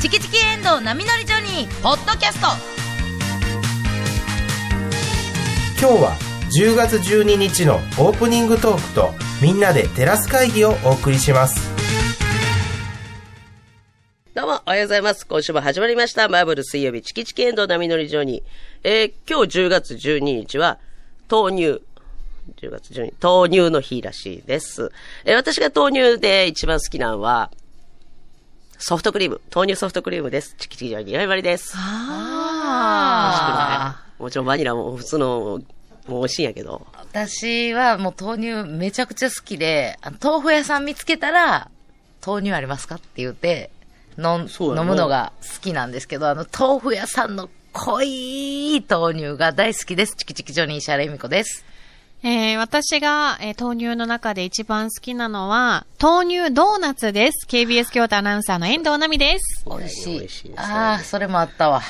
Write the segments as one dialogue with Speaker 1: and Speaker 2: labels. Speaker 1: チキチキエンドウ波乗りジョニー」ポッドキャスト
Speaker 2: 今日は10月12日のオープニングトークとみんなでテラス会議をお送りします
Speaker 3: どうも、おはようございます。今週も始まりました。マーブル水曜日、チキチキエンドウ波乗りジョニー。えー、今日10月12日は、豆乳。10月12日、豆乳の日らしいです。えー、私が豆乳で一番好きなのは、ソフトクリーム。豆乳ソフトクリームです。チキチキジョニー、ライバリです。
Speaker 1: あ
Speaker 3: もちろんバニラも普通の、もう美味しいんやけど。
Speaker 4: 私はもう豆乳めちゃくちゃ好きで、あの豆腐屋さん見つけたら、豆乳ありますかって言って、飲ん
Speaker 3: そうやな
Speaker 4: 飲むのが好きなんですけど、あの、豆腐屋さんの濃い豆乳が大好きです。チキチキジョニーシャレミコです。
Speaker 5: えー私が、えー豆乳の中で一番好きなのは、豆乳ドーナツです。KBS 京都アナウンサーの遠藤奈美です。
Speaker 4: 美味しい。
Speaker 3: 美味しいですね
Speaker 4: ああ、それもあったわ。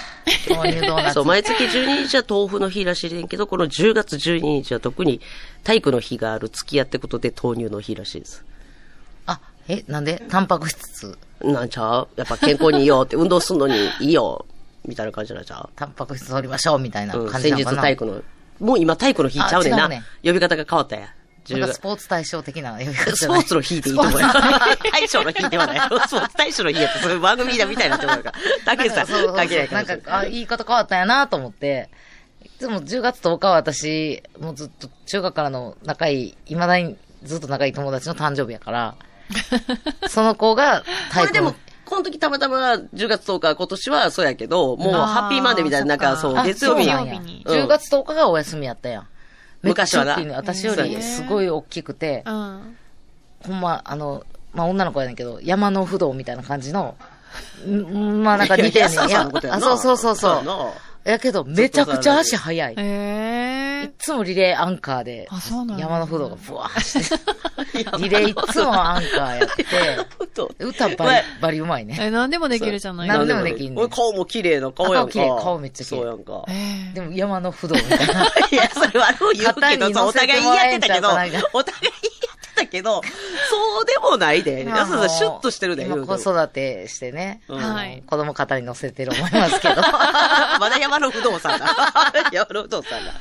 Speaker 4: 豆乳ドーナツ。
Speaker 3: そう、毎月12日は豆腐の日らしいねんけど、この10月12日は特に体育の日がある月やってことで豆乳の日らしいです。
Speaker 4: あ、え、なんでタンパク質、
Speaker 3: なんちゃうやっぱ健康にいいよって、運動すんのにいいよ、みたいな感じなんちゃ
Speaker 4: タンパク質取りましょうみたいな
Speaker 3: う、うん、
Speaker 4: 感じなの
Speaker 3: 先日
Speaker 4: かな、
Speaker 3: 体育の、もう今体育の日ちゃうねん
Speaker 4: あ違
Speaker 3: な。
Speaker 4: うね
Speaker 3: 呼び方が変わったやん。10
Speaker 4: なんか
Speaker 3: 月
Speaker 4: スポーツ対象的な呼び方じ
Speaker 3: ス
Speaker 4: ゃ
Speaker 3: ポ
Speaker 4: ない
Speaker 3: ーツの日でいいと思うよ。大賞の日ではない。スポーツ大賞の日やって、そういう番組だみたいなと思うから。だけどさ、
Speaker 4: そうそうそう
Speaker 3: 関係ないか
Speaker 4: なん
Speaker 3: ら。
Speaker 4: か、あ、言い方変わったんやなと思って。いつも10月10日は私、もうずっと中学からの仲いい、未だにずっと仲いい友達の誕生日や から、その子が体
Speaker 3: これ
Speaker 4: 育
Speaker 3: で
Speaker 4: の
Speaker 3: も、この時たまたま10月10日、今年はそうやけど、もう
Speaker 5: あー
Speaker 3: ハッピーマンデーみたいな、なんかそ
Speaker 5: そっ
Speaker 3: う、
Speaker 5: か
Speaker 3: 月曜日
Speaker 4: あそう
Speaker 3: に
Speaker 5: な
Speaker 4: なんんや
Speaker 5: 曜日に
Speaker 4: 10月10日がお休みやったやん。めっちゃ大きいのよ
Speaker 3: 昔はな
Speaker 4: 私よりすごい大きくて
Speaker 5: う、ん。
Speaker 4: ほんま、あの、まあ、女の子やねんけど、山の不動みたいな感じ の、んまあ、なんか似てるねん
Speaker 3: いや安田さんのことやな
Speaker 4: あ、そうそうそうそ
Speaker 3: そうやな
Speaker 4: う。やけど、めちゃくちゃ足速い。
Speaker 5: え
Speaker 4: いっつもリレーアンカーで
Speaker 5: あそうなん、だ
Speaker 4: 山の不動がブワー 走って、リレーいっつもアンカーやっ
Speaker 3: 歌
Speaker 4: て、歌バリ、バリうまい
Speaker 5: ー、
Speaker 4: ね。
Speaker 5: え、何でもできるじゃない
Speaker 4: 何でもできんねん
Speaker 3: 俺顔も綺麗な顔やん
Speaker 4: あ顔
Speaker 3: か。
Speaker 4: 綺麗顔めっちゃ綺麗
Speaker 3: そうやんか。
Speaker 5: えー
Speaker 4: でも山の不動みたいな。
Speaker 3: いや、それ悪い言うけどさ、お
Speaker 4: 肩
Speaker 3: 互い
Speaker 4: に
Speaker 3: 言
Speaker 4: 乗
Speaker 3: い
Speaker 4: せ
Speaker 3: 合っててた
Speaker 4: もらえ
Speaker 3: け
Speaker 4: ん
Speaker 3: ど、
Speaker 4: ちゃ
Speaker 3: お
Speaker 4: うか
Speaker 3: 互
Speaker 4: ない
Speaker 3: 言い合ってたけど、そうでもないで。 安田さん、シュッとしてるで、
Speaker 4: 今
Speaker 3: 言う
Speaker 4: 子
Speaker 3: ても。
Speaker 4: 育てしてね、
Speaker 3: うん
Speaker 5: はい
Speaker 4: 子供肩に乗せてる思います けど。
Speaker 3: まだ山の不動産だ。 山の不動産だ。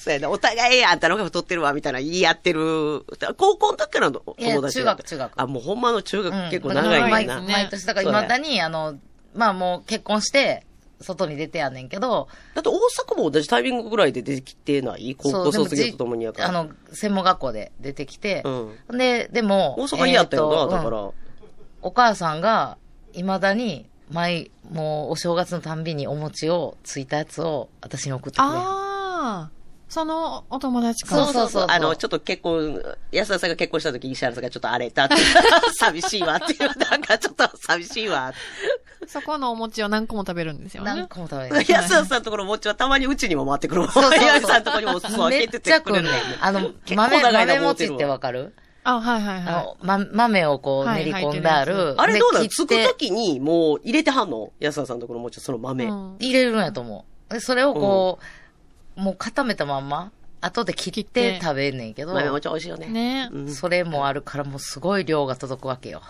Speaker 3: そうやな、お互いあんたの方が太ってるわ、みたいな言い合ってる。高校の時からの
Speaker 4: いや
Speaker 3: 友達
Speaker 4: 中
Speaker 3: だっ
Speaker 4: 学
Speaker 3: た。
Speaker 4: 中学
Speaker 3: あ、もうほんまの中学
Speaker 4: うん
Speaker 3: 結構長い
Speaker 5: うん
Speaker 3: ねん
Speaker 4: 毎
Speaker 3: な。
Speaker 4: 毎年、だから
Speaker 3: そうや
Speaker 4: 未だに、あの、まあもう結婚して、外に出てやんねんけど、
Speaker 3: だって大阪も同じタイミングぐらいで出てきてない高校
Speaker 4: そう
Speaker 3: 卒業とともにやか
Speaker 4: で
Speaker 3: ら。
Speaker 4: もじあの、専門学校で出てきて、
Speaker 3: う
Speaker 4: で、でも、
Speaker 3: 大阪にやったよ
Speaker 4: えー
Speaker 3: な、
Speaker 4: と
Speaker 3: だか
Speaker 4: うん
Speaker 3: ら。
Speaker 4: お母さんが、未だに、毎、もう、お正月のたんびにお餅を、ついたやつを、私に送ってくれる。
Speaker 5: あー、そのお友達か。
Speaker 4: そうそうそう
Speaker 3: あの、ちょっと結婚、安田さんが結婚した時、石原さんがちょっと荒れたって。 寂しいわっていう、なんかちょっと寂しいわ。
Speaker 5: そこのお餅を何個も食べるんですよね。
Speaker 4: 何個も食べれる。
Speaker 3: 安田さんのところもちはたまにうちにも回ってくるもん。
Speaker 4: そうそうそう
Speaker 3: 安田さんのところにも裾開
Speaker 4: め
Speaker 3: け
Speaker 4: ってちゃ
Speaker 3: て
Speaker 4: く
Speaker 3: く
Speaker 4: んね
Speaker 3: れ
Speaker 4: ん
Speaker 3: る。。
Speaker 4: あの、
Speaker 3: 結構
Speaker 4: 豆、
Speaker 3: 長いな
Speaker 4: 豆
Speaker 3: 思って
Speaker 4: 餅
Speaker 3: るわ
Speaker 4: ってわかる
Speaker 5: あ、はいはい
Speaker 4: あ
Speaker 5: は
Speaker 4: の、ま、豆をこう
Speaker 5: はい
Speaker 4: 練り込んであ
Speaker 5: はい入ってるや
Speaker 4: る。
Speaker 5: つ
Speaker 3: あれどうなの
Speaker 4: で切
Speaker 3: つ
Speaker 4: っ
Speaker 3: く
Speaker 4: て
Speaker 3: 時にもう入れてはんの安田さんのところもちはその
Speaker 5: い。
Speaker 3: 豆。
Speaker 5: うん
Speaker 4: 入れるんやと思う。でそれをこう、もう固めたまんま、後で切って食べんねんけど、
Speaker 3: 豆もち美味しいよね。
Speaker 5: ね
Speaker 3: うん。
Speaker 4: それもあるからもうすごい量が届くわけよ。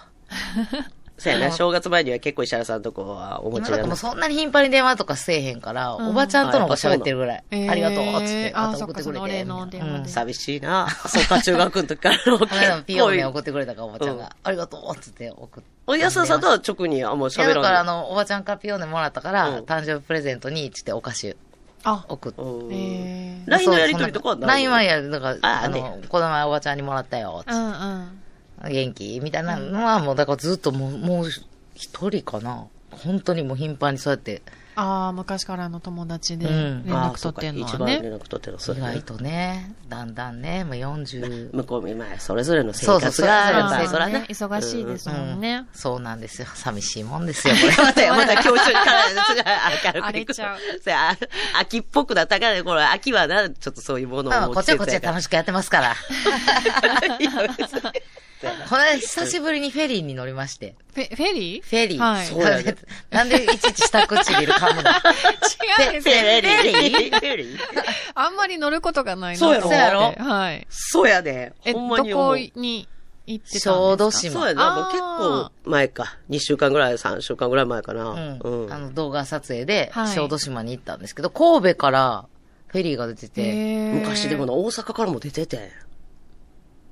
Speaker 3: そうやな、正月前には結構石原さんのとこはお
Speaker 4: 今
Speaker 3: 餅
Speaker 4: だ
Speaker 3: や
Speaker 4: っても
Speaker 3: な
Speaker 4: う。そんなに頻繁に電話とかせえへんから、おばちゃんとの方が喋ってるぐらい。
Speaker 5: あやっぱ
Speaker 4: ありが
Speaker 5: そうな
Speaker 4: と
Speaker 5: ん
Speaker 4: う、つって
Speaker 5: え。ー
Speaker 4: また送ってくれ
Speaker 5: あそっかそのお
Speaker 4: て。
Speaker 5: 礼の電話で
Speaker 3: 寂しいな。そっか、中学の時から の
Speaker 4: この間もピオーネ
Speaker 3: 結
Speaker 4: 送ってくれたから、おばちゃん
Speaker 3: うん
Speaker 4: が。ありがとう、つって送って。
Speaker 3: 構安田さんとは直にあんま
Speaker 4: いや
Speaker 3: 喋
Speaker 4: だ
Speaker 3: ら
Speaker 4: から
Speaker 3: な
Speaker 4: あ
Speaker 3: い。
Speaker 4: の、おばちゃんからピオーネもらったか
Speaker 3: う
Speaker 4: ら、
Speaker 3: ん
Speaker 4: 誕生日プレゼントに、つってお菓子
Speaker 5: あ、
Speaker 4: 送って。
Speaker 3: うん
Speaker 5: えー
Speaker 3: LINE のやりとりとかは
Speaker 4: な
Speaker 3: ない
Speaker 4: ?LINE は
Speaker 3: や
Speaker 4: やる。だから、
Speaker 3: あ
Speaker 4: あ
Speaker 3: ね
Speaker 4: の、この前おばちゃんにもらったよ、つ
Speaker 5: う
Speaker 4: っ
Speaker 5: んうん。
Speaker 4: て元気みたいなのは、もうだからずっともう、もう一人かな。本当にもう頻繁にそうやって、
Speaker 5: あー、昔からの友達で
Speaker 4: うん
Speaker 5: 連絡取ってんの
Speaker 3: ああそ
Speaker 5: は
Speaker 3: うか一番
Speaker 5: ね。
Speaker 3: 連絡取ってるのはそう
Speaker 4: 意
Speaker 3: やね
Speaker 4: 外とね、だんだんね、もう40、
Speaker 3: 向こうも今、それぞれの生
Speaker 4: そう
Speaker 3: 活
Speaker 4: そう
Speaker 3: が、やっ
Speaker 5: あ
Speaker 3: ぱ
Speaker 5: ー
Speaker 3: り、そら
Speaker 5: ね
Speaker 3: ね。
Speaker 5: 忙しいですもんね。
Speaker 4: そうなんですよ。寂しいもんですよ、これ。
Speaker 3: ま た、また、今日ちょっと明るく
Speaker 5: 荒れちゃう
Speaker 3: そやあ秋っぽくなったからね、これ、秋はな、ちょっとそういうもの
Speaker 4: まあまあ、
Speaker 3: を。
Speaker 4: こっちはこっちで楽
Speaker 3: し
Speaker 4: しくやってますから。
Speaker 3: いや別 に
Speaker 4: この間久しぶりにフェリーに乗りまして。
Speaker 5: フェフェリー
Speaker 4: フェリー。
Speaker 5: はい
Speaker 3: そうやね
Speaker 4: なんでいちいち下唇噛むの
Speaker 5: 違うんです
Speaker 3: フ
Speaker 5: よ。
Speaker 3: ェリーフェリー
Speaker 5: あんまり乗ることがないな
Speaker 3: そうやろ
Speaker 5: と思ってはい。
Speaker 3: そうやね。
Speaker 5: え、
Speaker 3: ほん
Speaker 5: ど
Speaker 3: まに思
Speaker 5: こ
Speaker 3: う。
Speaker 5: に行ってたんですか
Speaker 4: 小豆島。
Speaker 3: そうやな、もう結
Speaker 5: あー
Speaker 3: 構前か。2週間ぐらい、3週間ぐらい前かな。
Speaker 4: うん
Speaker 3: うん
Speaker 4: あの動画撮影で
Speaker 5: はい
Speaker 4: 小豆島に行ったんですけど、神戸からフェリーが出てて、
Speaker 3: 昔でも
Speaker 5: な。
Speaker 3: な、大阪からも出てて。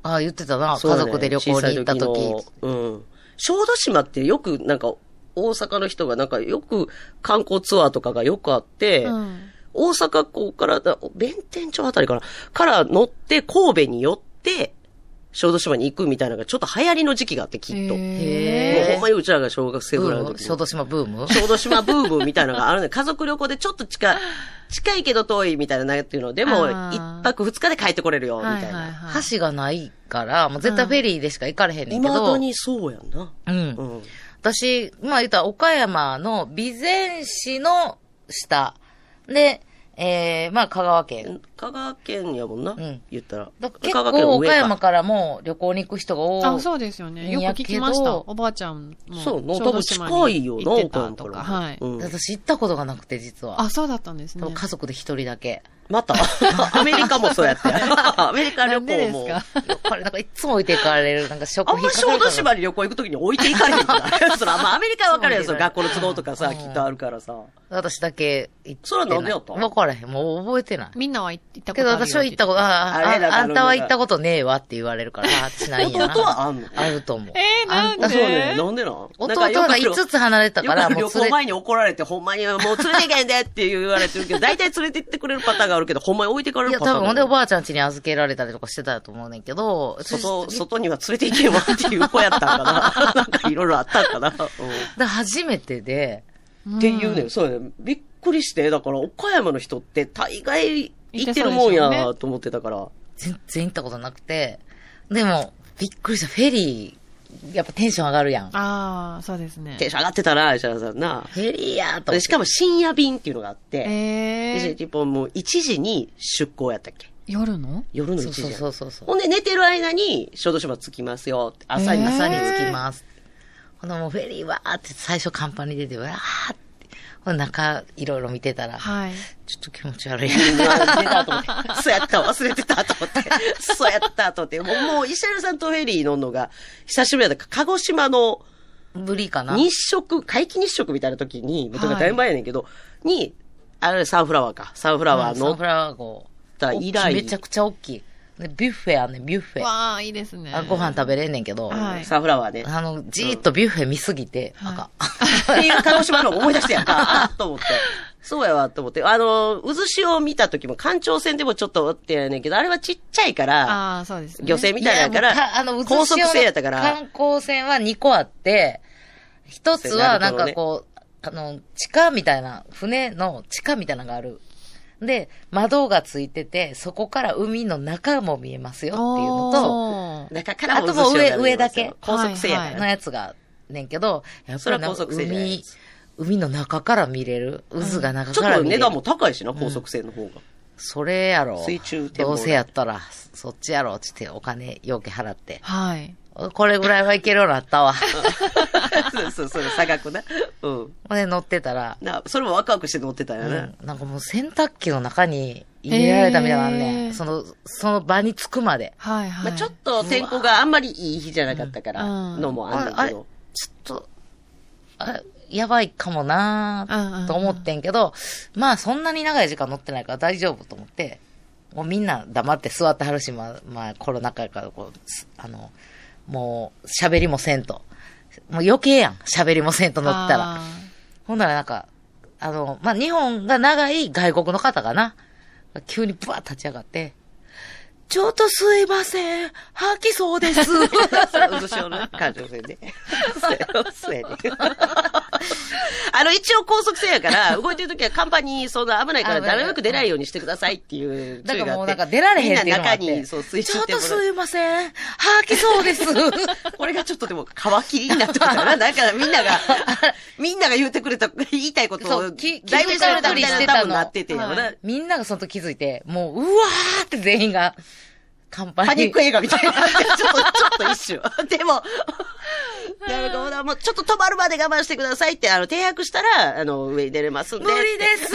Speaker 4: ああ、言ってたな、
Speaker 3: そうだ
Speaker 4: 家
Speaker 3: ね
Speaker 4: 族で旅行に行った時。
Speaker 3: 小さい時のうん。小豆島ってよく、なんか、大阪の人が、なんかよく観光ツアーとかがよくあって、
Speaker 5: うん
Speaker 3: 大阪港から、だ弁天町あたりかな、から乗って神戸に寄って、小豆島に行くみたいなのがちょっと流行りの時期があって、きっと。もう
Speaker 4: へー
Speaker 3: ほんまにうちらが小学生
Speaker 4: ブ
Speaker 3: ぐらい
Speaker 4: ー
Speaker 3: の
Speaker 4: ム
Speaker 3: 時に
Speaker 4: 小豆島ブーム
Speaker 3: 小豆島ブームみたいなのがあるね。家族旅行でちょっと近い、近いけど遠いみたいなのっていうの。でも、
Speaker 5: あー
Speaker 3: 一泊二日で帰ってこれるよ、み
Speaker 5: はい
Speaker 3: たい
Speaker 5: は
Speaker 3: な。
Speaker 5: いはい。
Speaker 4: 橋がないから、もう絶対フェリーでしか行かれへんね
Speaker 3: い
Speaker 4: んけ
Speaker 3: ま
Speaker 4: ど。
Speaker 3: だにそうやんな。
Speaker 4: うん
Speaker 3: う。ん。
Speaker 4: 私、まあ言ったら岡山の備前市の下で、えー、まあ香川県。
Speaker 3: 香川県やもんな。
Speaker 4: ん
Speaker 3: 言ったら。
Speaker 4: だ結
Speaker 3: 香川県の
Speaker 4: 構
Speaker 3: 上
Speaker 4: 岡
Speaker 3: か
Speaker 4: 山からも旅行に行く人が多い。
Speaker 5: あ、そうですよね。よく聞きまし
Speaker 4: いやけ
Speaker 5: た。
Speaker 4: ど
Speaker 5: おばあちゃんも。
Speaker 3: そうな、
Speaker 5: 小
Speaker 3: 多
Speaker 5: 豆
Speaker 3: 分
Speaker 5: 島
Speaker 3: 近い
Speaker 5: に
Speaker 3: よな、
Speaker 5: 行って
Speaker 3: 岡
Speaker 5: た
Speaker 3: 山か
Speaker 5: と
Speaker 3: ら。
Speaker 5: か。はい。
Speaker 3: うん
Speaker 4: 私行ったことがなくて、実は。
Speaker 5: あ、そうだったんです
Speaker 4: 多
Speaker 5: ね
Speaker 4: 分。家族で一人だけ。
Speaker 3: ま た、アメリカもそうやって。 アメリカ旅行も。
Speaker 5: なんでですか
Speaker 4: これなんかいつも置いていかれる、なんか食
Speaker 3: あん
Speaker 4: 費
Speaker 3: ま
Speaker 4: かか
Speaker 3: 小
Speaker 4: るか
Speaker 3: 豆
Speaker 4: ら
Speaker 3: 島に旅行行くときに置いていかれへん から。そら、まあアメリカはわかるやん、その学校の都合とかさ、きっとあるからさ。
Speaker 4: 私だけ行って
Speaker 3: それは何でやったん
Speaker 4: 分からへん。もう覚えてない。
Speaker 5: みんなは行ったこ
Speaker 4: け
Speaker 5: と
Speaker 4: ど
Speaker 5: あるよ
Speaker 4: 私は行ったこと、あ
Speaker 3: あれだ
Speaker 4: あ、あ
Speaker 3: から
Speaker 4: んたは行ったことねえわって言われるから、あしないん やな。
Speaker 3: 弟はあんの
Speaker 4: あると思う。
Speaker 5: えー、なん
Speaker 3: あ、
Speaker 5: で
Speaker 3: そうね。なんでなん
Speaker 4: 弟が5つ離れた
Speaker 3: よ
Speaker 4: から、
Speaker 3: く
Speaker 4: も
Speaker 3: 旅
Speaker 4: う連
Speaker 3: 行
Speaker 4: れ
Speaker 3: 前に怒られて、ほんまにもう連れて行けんでって言われてる けど、大体連れて行ってくれるパターンがあるけど、ほんまに置いてかれ
Speaker 4: い
Speaker 3: る
Speaker 4: や、
Speaker 3: パターン
Speaker 4: 多
Speaker 3: が
Speaker 4: 分、ほ
Speaker 3: あ
Speaker 4: んで
Speaker 3: る
Speaker 4: おばあちゃん家に預けられたりとかしてたと思うねんけど、
Speaker 3: 外、
Speaker 4: そ
Speaker 3: 外には連れて行けんわっていう子やったん かな。なんかいろいろあったんかな。
Speaker 4: で初めてで、
Speaker 3: うん
Speaker 5: ん
Speaker 3: っていうね、そうやね。びっくりして、だから岡山の人って大概行ってるもんやと思ってたから。
Speaker 4: 全然行ったことなくて、でも、びっくりした。フェリー、やっぱテンション上がるやん。フ
Speaker 5: ああ、そうですね。
Speaker 3: テンション上がってたな、石原さんな。
Speaker 4: ェリーやーと思
Speaker 3: で
Speaker 4: っ。
Speaker 3: してかも深夜便っていうのがあって、
Speaker 5: えー、
Speaker 3: 日本もう1時に出港やったっけ
Speaker 5: 夜の
Speaker 3: 夜の
Speaker 4: そ
Speaker 3: 1
Speaker 4: う
Speaker 3: 時
Speaker 4: そう
Speaker 3: や
Speaker 4: そうそうそう。
Speaker 3: ほんで寝てる間に、小豆島着きますよって。朝に、
Speaker 5: えー
Speaker 4: 朝に着きます。ほなもうフェリーわーって最初甲板に出て、わーって。ほな中、いろいろ見てたら、ちょ
Speaker 5: はい。
Speaker 4: っと気持ち悪い。
Speaker 3: うわ出たと思って。そうやった、忘れてたと思って。そうやったと思って。もう、もう石原さんとフェリー乗るのが、久しぶりだったから、鹿児島の
Speaker 4: ぶりかな。
Speaker 3: 日食、皆既日食みたいな時に、もうだから
Speaker 5: はい
Speaker 3: だいぶ前やねんけど、に、あれ、サンフラワーか。サンフラワー
Speaker 4: サ
Speaker 3: 乗
Speaker 4: ン
Speaker 3: っ
Speaker 4: フラワー号。
Speaker 3: た以来、
Speaker 4: めちゃくちゃ大きい。でビュッフェあんねん、ビュッフェ。
Speaker 5: わあ、いいですね。
Speaker 4: あご飯食べれんねんけど、
Speaker 5: はい
Speaker 3: サンフラワー ね。
Speaker 4: あの、じーっとビュッフェ見すぎて、
Speaker 5: は
Speaker 4: あ
Speaker 5: い
Speaker 4: か。
Speaker 3: っていう鹿児島の思い出してやんか、 あーと思って。そうやわ、と思って。あの、渦潮を見た時も、環状線でもちょっとおってやねんけど、あれはちっちゃいから、
Speaker 5: ああ、そうですね。
Speaker 3: 漁船 みたいなんんや
Speaker 4: いやもうか
Speaker 3: か
Speaker 4: あの、
Speaker 3: ら、
Speaker 4: 渦
Speaker 3: 高速
Speaker 4: 潮の
Speaker 3: 船やったから、
Speaker 4: 観光船は2個あって、一つはなんかこう、あの、地下みたいな、船の地下みたいなのがある。で、窓がついてて、そこから海の中も見えますよっていうのと、
Speaker 5: おー
Speaker 3: 中から
Speaker 4: あともう上上だけ
Speaker 3: 高速船やから
Speaker 5: はい
Speaker 3: ね、
Speaker 5: はい
Speaker 4: のやつが、ねんけど、やっ
Speaker 3: そ
Speaker 4: ぱ
Speaker 3: れ
Speaker 4: り
Speaker 3: は
Speaker 4: なん
Speaker 3: 高
Speaker 4: か
Speaker 3: 速船じゃないや
Speaker 4: 海
Speaker 3: つ、
Speaker 4: 海の中から見れる。渦が中
Speaker 3: ちょ
Speaker 4: か
Speaker 3: っ
Speaker 4: ら
Speaker 3: と
Speaker 4: 見れ
Speaker 3: 値
Speaker 4: る。
Speaker 3: 段も高いしな、高速船の 方が。
Speaker 4: それやろ。
Speaker 3: 水中展望
Speaker 4: どうせやったら、そっちやろ、つってお金、要件払って。
Speaker 5: はい。
Speaker 4: これぐらいはいけるようになったわ。
Speaker 3: そうそう、それ差額な。うん。
Speaker 4: ほんで乗ってたら、
Speaker 3: な、それもワクワクして乗ってたよ
Speaker 4: う
Speaker 3: ね
Speaker 4: ん。、なんかもう洗濯機の中に入れられたみたいなのあんね
Speaker 5: へー
Speaker 4: ん。その、その場に着くまで。
Speaker 5: はい、はい。
Speaker 3: まあちょっと天候があんまりいい日じゃなかったから、
Speaker 5: うん
Speaker 3: のもあんねん
Speaker 4: あれ、ち
Speaker 3: け
Speaker 4: ょっ
Speaker 3: ど。
Speaker 4: と、あやばいかもな
Speaker 5: うんうんう
Speaker 4: ー
Speaker 5: ん
Speaker 4: と思ってんけど、まあそんなに長い時間乗ってないから大丈夫と思って、もうみんな黙って座ってはるし、まあ、まあコロナ禍やからこう、すあの、もう喋りもせんと。もう余計やん、喋りもせんと乗ってたら
Speaker 5: あ。
Speaker 4: ほんならなんか、あの、まあ、日本が長い外国の方かな。急にブワー立ち上がって、ちょっとすいません、吐きそうです。
Speaker 3: そう渦潮の ね環状線で。そうそうやね あの、一応高速船やから、動いてる時は甲板にそんな危ないから、
Speaker 4: 危ない
Speaker 3: なるべく出ないようにしてくださいっていう注
Speaker 4: だ
Speaker 3: 意
Speaker 4: か
Speaker 3: が
Speaker 4: ら
Speaker 3: あって。
Speaker 4: もうなんか出られへんっていうの
Speaker 3: みん
Speaker 4: もあ
Speaker 3: な
Speaker 4: っ
Speaker 3: 中
Speaker 4: て。
Speaker 3: に、そう、水
Speaker 4: ち
Speaker 3: 中
Speaker 4: ょっ
Speaker 3: 展
Speaker 4: と
Speaker 3: 望台
Speaker 4: すいません、吐きそうです。
Speaker 3: これがちょっとでも皮切りになってた から、だからみんなが、 みんなが言ってくれた、言いたいこと
Speaker 4: そ
Speaker 3: を、
Speaker 4: うき
Speaker 3: だいぶされたみたいな多分なってて、やろ
Speaker 5: は
Speaker 3: ない
Speaker 4: みんながその時気づいて、もう、うわーって全員が、乾杯
Speaker 3: パニック映画みたいになって、ちょっと、ちょっと一瞬。でも、なるほど、もうちょっと止まるまで我慢してくださいって、あの、停泊したら、あの、上に出れますんで。
Speaker 4: 無理です。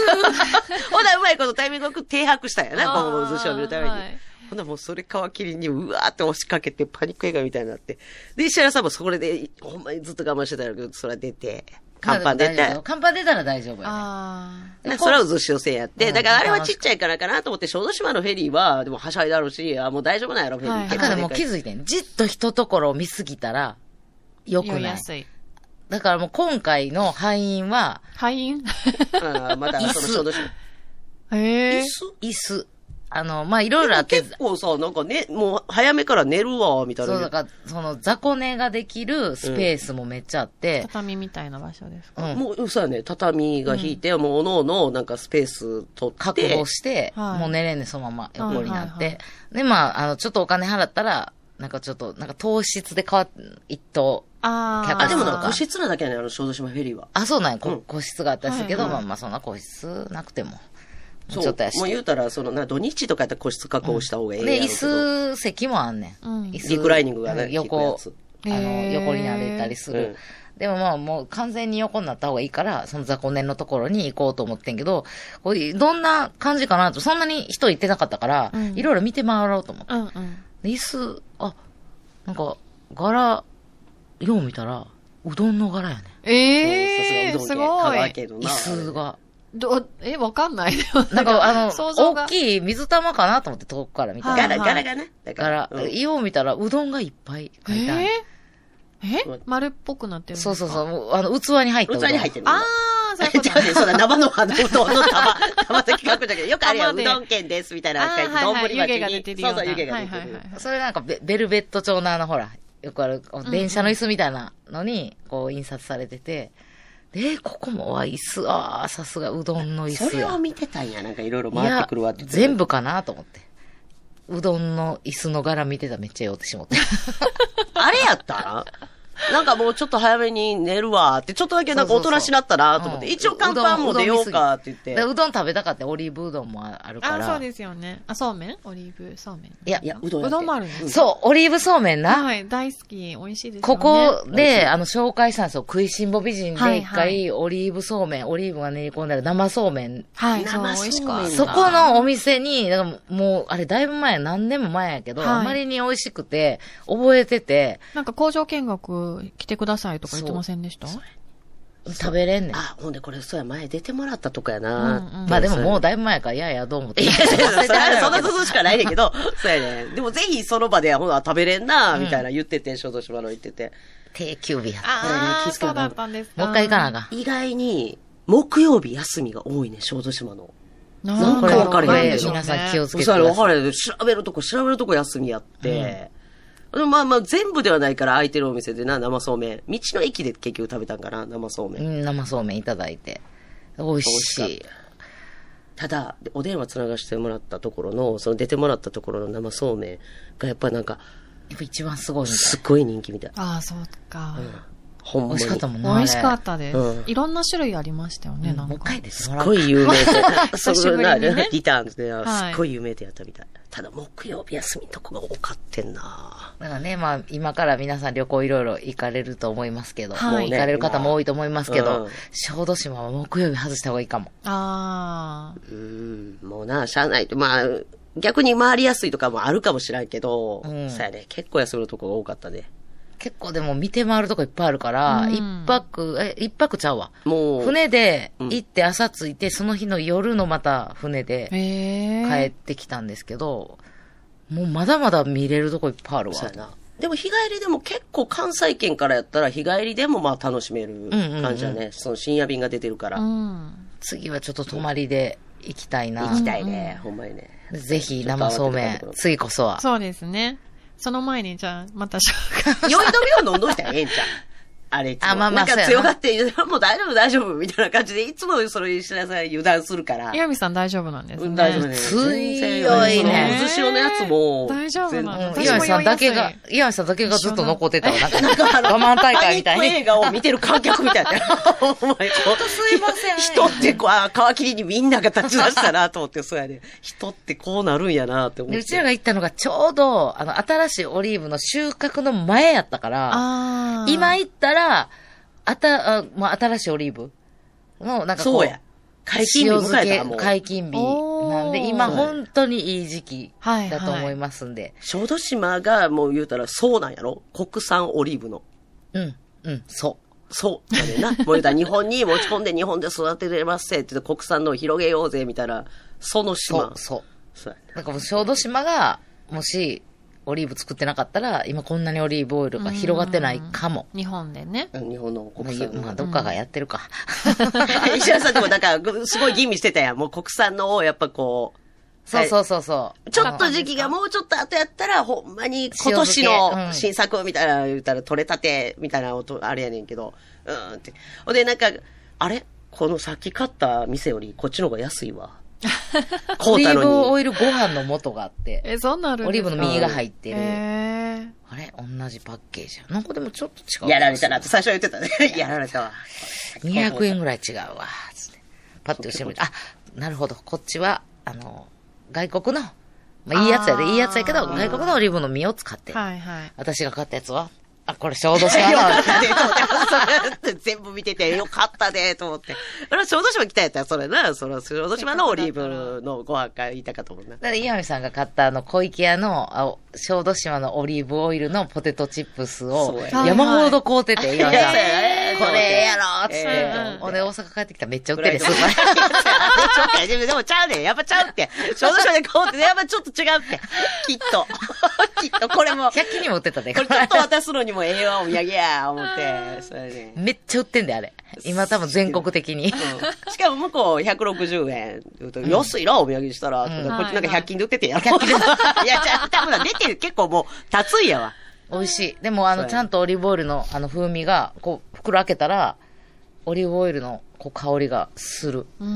Speaker 3: ほな、うまいことタイミングよく停泊したんやな、この渦潮を見るために。
Speaker 5: はい
Speaker 3: ほんならもうそれ皮切りにうわーって押しかけてパニック映画みたいになって。で、石原さんもそれで、ほんまにずっと我慢してたんだけど、それは出て、看板出
Speaker 4: 大丈
Speaker 3: て
Speaker 4: 夫。よ看板出たら大丈夫よ、ね。
Speaker 5: あ
Speaker 3: なそれは渦潮線やって、
Speaker 4: うん
Speaker 3: だからあれはちっちゃいからかなと思って、小豆島のフェリーは、でもはしゃいだろうし、あ、もう大丈夫なんやろ、フェリー。
Speaker 5: はい
Speaker 4: だからもう気づいてん。じっと一ところを見すぎたら、良
Speaker 5: あ。
Speaker 4: くない
Speaker 5: や。すい。
Speaker 4: だからもう今回の敗因は、
Speaker 5: 敗因
Speaker 3: うんまた、その小豆島。
Speaker 5: ええ。
Speaker 4: 椅子。あの、まあ、いろいろあって、
Speaker 3: 結構さ、なんかね、もう早めから寝るわ、みたいな。
Speaker 4: そう、だから、その、雑魚寝ができるスペースもめっちゃあって、
Speaker 5: 畳みたいな場所ですか
Speaker 4: うん。
Speaker 3: もう、そうやね、畳が引いて、もう、おのの、なんかスペース取って。
Speaker 4: 確保して、
Speaker 5: はい
Speaker 4: もう寝れんねんそのまま横になって。
Speaker 5: はいはいは
Speaker 4: で、まあ、あの、ちょっとお金払ったら、なんかちょっと、なんか糖質で変わっ、一等。
Speaker 5: あ
Speaker 4: 客
Speaker 5: あ。
Speaker 3: あ、でも
Speaker 4: そ
Speaker 3: な
Speaker 4: う、か
Speaker 3: 個室なだけやね、あの、小豆島フェリーは。
Speaker 4: あ、そうなんや、こ
Speaker 3: うん
Speaker 4: 個室があったりするけど、
Speaker 5: はいは
Speaker 4: まあまあ、そんな個室なくても。ち
Speaker 3: そう。
Speaker 4: ょっとやし
Speaker 3: もう。言うたら、その、な、土日とかやったら個室確保した方がいいやろう
Speaker 4: で、
Speaker 3: け
Speaker 4: 椅子
Speaker 3: ど。
Speaker 4: 席もあんねん。
Speaker 5: うん
Speaker 4: 椅子
Speaker 3: リクライニングがね
Speaker 4: う、ん
Speaker 3: 効くや
Speaker 4: 横
Speaker 3: つ、
Speaker 4: あの、
Speaker 5: へー
Speaker 4: 横になれたりする。でもまあ、もう完全に横になった方がいいから、その雑魚寝のところに行こうと思ってんけど、こういうどんな感じかなと、そんなに人行ってなかったから、
Speaker 5: うん
Speaker 4: いろいろ見て回ろうと思って。
Speaker 5: うんうん。
Speaker 4: で椅子、あ、なんか、柄、よう見たら、うどんの柄やね
Speaker 5: ええ、
Speaker 3: そうさ
Speaker 5: す
Speaker 3: がうどん系
Speaker 5: ご
Speaker 3: 香川
Speaker 5: い。
Speaker 3: 県の
Speaker 4: ん。椅
Speaker 3: な
Speaker 4: 子が。
Speaker 5: ど、え、わかんない。
Speaker 4: なんか、あの、
Speaker 5: 想像が
Speaker 4: 大きい水玉かなと思って遠くから見た
Speaker 5: は
Speaker 4: ら。
Speaker 5: い
Speaker 3: 柄、柄がね。だから
Speaker 4: 柄、、よう見たら、うどんがいっぱい書いてある。
Speaker 5: えー、え丸っぽくなってる。
Speaker 4: そうそうそうう、もうあの、器に入った
Speaker 3: う
Speaker 4: う
Speaker 3: 器
Speaker 4: どん
Speaker 3: に入ってるの。
Speaker 5: あ あ、そういうこ
Speaker 3: じ
Speaker 5: と
Speaker 3: ゃあね、そんな
Speaker 5: ね。
Speaker 3: 生の花うどんの玉、玉と企画だけど、よくあれや、
Speaker 5: 玉
Speaker 3: う
Speaker 5: で
Speaker 3: どん県です、みたいな
Speaker 5: あーはいはい
Speaker 3: 丼
Speaker 5: 湯気が出
Speaker 3: 鉢
Speaker 5: てる
Speaker 3: に。そ
Speaker 5: よ
Speaker 3: うう
Speaker 5: な
Speaker 3: そう、湯気が出て
Speaker 5: はいはい
Speaker 3: る
Speaker 5: はい。
Speaker 4: それなんかベ、ベルベット調のあの、ほら、よくある、電車の椅子みたいなのに、こう、印刷されてて、で、ここも、あ、椅子、ああ、さすがうどんの椅子や。
Speaker 3: それを見てたんや、なんかいろいろ
Speaker 4: い
Speaker 3: 回っ
Speaker 4: や
Speaker 3: てくるわって。
Speaker 4: 全部かなと思って。うどんの椅子の柄見てたらめっちゃ酔ってしもって。
Speaker 3: あれやったなんかもうちょっと早めに寝るわって、ちょっとだ けなんかおとなしなったなと思って、
Speaker 4: うん
Speaker 3: 一応看板も出ようかって言っ
Speaker 4: うどん
Speaker 3: て。
Speaker 4: うどん食べたかって、オリーブうどんもある
Speaker 5: あ
Speaker 4: か
Speaker 5: あ
Speaker 4: ら。
Speaker 5: ー、そうですよね。あ、そうめんオリーブそうめん。
Speaker 4: いや
Speaker 3: い、や、うどんや
Speaker 5: う
Speaker 3: って
Speaker 5: どんもあるね。
Speaker 4: そう、オリーブそうめんな。
Speaker 5: はい、大好き。美味しいですよ
Speaker 4: こ
Speaker 5: ね。
Speaker 4: こで、あの、紹介したんですよ。食いしん坊美人
Speaker 5: は
Speaker 4: で、
Speaker 5: い
Speaker 4: 一
Speaker 5: はい
Speaker 4: 回、オリーブそうめん、オリーブが練り込んだら生そうめん。
Speaker 5: はい、そう、美
Speaker 3: 生
Speaker 5: 味し
Speaker 3: そう
Speaker 5: く。
Speaker 3: めん
Speaker 4: そこのお店に、だからもう、あれ、だいぶ前、何年も前やけど、
Speaker 5: はい
Speaker 4: あまりに美味しくて、覚えてて、
Speaker 5: なんか工場見学来てくださいとか言ってませんでした
Speaker 4: 食べれんねん。
Speaker 3: あ、ほんでこれ、そうや、前出てもらったとこや
Speaker 5: うんう。
Speaker 3: なん
Speaker 4: まあでももう
Speaker 3: だ。
Speaker 4: だいぶ前やから、いやいや、どう もって。
Speaker 3: いや、 そ
Speaker 4: 忘れてはるやろ
Speaker 3: そん
Speaker 4: うけ
Speaker 3: な
Speaker 4: ど
Speaker 3: ことしかないねんけど、そうやね。でもぜひその場で、ほら、食べれんな、みたいな言ってて、小豆島の言ってて。
Speaker 4: 定休日やった。
Speaker 5: あ
Speaker 3: 気
Speaker 5: あ、
Speaker 3: づけば
Speaker 5: そうだったんですか。
Speaker 4: もう一回行かなあかん。
Speaker 3: 意外に、木曜日休みが多いね、小豆島の。
Speaker 5: なん
Speaker 3: かわかれへん
Speaker 4: こ
Speaker 5: なん
Speaker 4: れ
Speaker 5: でしょうね
Speaker 4: 皆さん気をつけてく
Speaker 3: そうやね、
Speaker 4: だ
Speaker 3: 分
Speaker 4: さい。
Speaker 3: かれへん調べるとこ、調べるとこ休みやって。でもまあまあ、全部ではないから、空いてるお店でな、生そうめん。道の駅で結局食べたんかな、生そうめん。
Speaker 4: うん生そうめんいただいて。美味し
Speaker 3: 美味
Speaker 4: い
Speaker 3: し。ただ、お電話つながしてもらったところの、その出てもらったところの生そうめんが、やっぱなんか、
Speaker 4: やっぱ一番すごいみた
Speaker 3: す
Speaker 4: い。
Speaker 3: っごい人気みたい。
Speaker 5: ああ、そうか。
Speaker 3: ほん
Speaker 4: 美味
Speaker 3: まに。
Speaker 4: しかったもん
Speaker 5: 美
Speaker 4: な。。
Speaker 5: 味しかったたです
Speaker 3: う。
Speaker 5: いろんな種類ありましたよね、なん
Speaker 4: もう一
Speaker 5: か。
Speaker 4: 回です
Speaker 3: す
Speaker 4: も
Speaker 3: っ
Speaker 4: らう
Speaker 3: ごい有 名で。
Speaker 5: 久しぶりにね
Speaker 3: そんなリターンズで、
Speaker 5: はい
Speaker 3: すっごい有名でやったみたい。ただ、木曜日休みのとこが多かってんな
Speaker 4: だからね、まあ、今から皆さん旅行いろいろ行かれると思いますけど、
Speaker 5: はい
Speaker 4: もう行かれる方も多いと思いますけ
Speaker 3: う
Speaker 4: ど
Speaker 3: ん、
Speaker 4: 小豆島は木曜日外した方がいいかも。
Speaker 5: ああ。
Speaker 3: うん、もうな、しゃあない。まあ、逆に回りやすいとかもあるかもしらんけど、
Speaker 4: うん
Speaker 3: そうやね。結構休みのとこが多かったね。
Speaker 4: 結構でも見て回るとこいっぱいあるから、
Speaker 5: うん
Speaker 4: 一泊、え、一泊ちゃうわ。
Speaker 3: もう、
Speaker 4: 船で
Speaker 3: うん
Speaker 4: 行って朝着いて、その日の夜のまた船
Speaker 5: へ
Speaker 4: で
Speaker 5: え。
Speaker 4: 帰ってきたんですけど、もうまだまだ見れるとこいっぱいあるわ
Speaker 3: そう。やな。でも日帰りでも結構関西圏からやったら日帰りでもまあ楽しめる感じだね。その深夜便が出てるから。
Speaker 5: うん。
Speaker 4: 次はちょっと泊まりで行きたいな。
Speaker 3: 行きたいね、ほんまにね。
Speaker 4: ぜひ生そうめん、次こそは。
Speaker 5: そうですね。その前に、じゃあ、また紹
Speaker 3: 酔
Speaker 5: 介。
Speaker 3: い止めを飲んどいたらええんちゃうあれいつも
Speaker 4: あまあまあ
Speaker 3: なん
Speaker 4: そう
Speaker 3: か
Speaker 4: やな
Speaker 3: 強がって、もう大丈夫大丈夫みたいな感じで、いつもそれ石田さん油断するから。
Speaker 5: 岩見さん大丈夫なんです
Speaker 3: う
Speaker 5: ね。
Speaker 3: ん、大丈夫ね。
Speaker 4: 強いね
Speaker 3: 全然その渦潮のやつも。
Speaker 5: 大丈夫な
Speaker 4: うん
Speaker 5: 私も
Speaker 4: 岩見さんだけ
Speaker 5: 酔いや
Speaker 4: が
Speaker 5: す、
Speaker 4: 岩見さんだけがずっと残ってたわ。なんか、我慢大会みたい
Speaker 3: パニック
Speaker 4: に。
Speaker 3: 映画を見てる観客みたい な。お前、ほんと
Speaker 4: すいません
Speaker 3: 人ってこう、あー皮切りにみんなが立ち出したなと思って、そうやね。人ってこうなるんやなって思っ
Speaker 4: で
Speaker 3: て。
Speaker 4: うちらが行ったのがちょうど、あの、新しいオリーブの収穫の前やったから、
Speaker 5: ああ。
Speaker 4: 今行ったら、あた、あまあ、新しいオリーブの、なんかこう、
Speaker 3: そうや。解禁日
Speaker 4: 塩
Speaker 3: 迎
Speaker 4: 漬
Speaker 3: えた
Speaker 4: け
Speaker 3: らもう。
Speaker 4: 解禁日
Speaker 5: お
Speaker 4: なんで、今本当にいい時期
Speaker 5: はい
Speaker 4: だと思いますんで。
Speaker 3: 小豆島がもう言うたらそうなんやろ国産オリーブの。
Speaker 4: うん、うん、そ
Speaker 3: そう。だ ねんな。もう言うたら日本に持ち込んで日本で育てれますせって言って国産のを広げようぜみたいな、その
Speaker 4: う。そう
Speaker 3: 島、。
Speaker 4: そ
Speaker 3: そうやね
Speaker 4: う。なんかもう小豆島が、もし、オリーブ作ってなかったら、今こんなにオリーブオイルが広がってないかも。
Speaker 5: 日本でね。
Speaker 3: 日本の国産の。
Speaker 4: まあ、どっかがやってるか。
Speaker 3: 石原さんでもなんか、すごい吟味してたやん。もう国産のをやっぱこう。。
Speaker 4: そうそううそうそう。
Speaker 3: ちょっと時期がもうちょっと後やったら、ほんまに今年
Speaker 4: 塩漬けう
Speaker 3: の
Speaker 4: ん
Speaker 3: 新作みたいな言ったら取れたてみたいな音あれやねんけど。うーんって。ほんでなんか、あれこのさっき買った店よりこっちの方が安 いわ。
Speaker 4: オ
Speaker 3: こう
Speaker 4: リ
Speaker 3: た
Speaker 4: ーブ
Speaker 3: の
Speaker 4: オ
Speaker 3: に。
Speaker 4: イルご飯の素があって、
Speaker 5: え、そんなあるん
Speaker 4: オリーブの
Speaker 5: ですか
Speaker 4: 実が入ってる。
Speaker 5: へー
Speaker 4: あれ同じパッケージや。なんかでもちょっと違う。
Speaker 3: やられたなって最初言ってたね。 やられたわ。
Speaker 4: 200円ぐらい違うわ、つって。パッて後ろ見て、あ、なるほど、こっちは、あの、外国の、まあ、いいやつやで、
Speaker 5: あー
Speaker 4: いいやつやけど、外国のオリーブの実を使ってる。
Speaker 5: はいはい。
Speaker 4: 私が買ったやつは、あ、これ小豆
Speaker 3: よか
Speaker 4: 島
Speaker 3: ったね、と思って。全部見てて、よかったね、と思って。俺、小豆島来たやったら、それな、その、小豆島のオリーブのご飯がいたかと思うな。
Speaker 4: だから、岩見さんが買ったあの、小池屋の、あ小豆島のオリーブオイルのポテトチップス
Speaker 3: そう
Speaker 4: を
Speaker 3: や、
Speaker 4: 山ほど買うてて、岩見さん。
Speaker 3: え
Speaker 4: これええやろっつっ
Speaker 5: ええや
Speaker 4: て。
Speaker 5: ろ
Speaker 4: 俺大阪帰ってきたらめっちゃ売っ
Speaker 3: フ
Speaker 4: て
Speaker 3: ラ
Speaker 4: る
Speaker 3: イ
Speaker 4: ス
Speaker 3: ド
Speaker 4: ーパ
Speaker 3: ポテト
Speaker 4: ー。
Speaker 3: いやちょっとでもちゃうねやっぱちゃうって。小豆島で買おうって、やっぱちょっと違うって。きっと。きっと、これも、こ
Speaker 4: 100均にも売ってたで。
Speaker 3: れちょっと渡すのにもええわ、お土産や、思って。それね。
Speaker 4: めっちゃ売ってんだよ、あれ。今多分全国的 に。
Speaker 3: うんしかも向こう160円。言うと安いな、お土産にしたら。こっちなんか100均で売っててやろ。いや、じゃあ、多分な出てる結構もう、たついやわ。
Speaker 4: 美味しい。でも、あ
Speaker 3: そうや
Speaker 4: の、
Speaker 3: ね
Speaker 4: ちゃんとオリーブオイルの、あの、風味が、こう、袋開けたら、オリーブオイルの、こう、香りがする。
Speaker 5: うん。
Speaker 4: う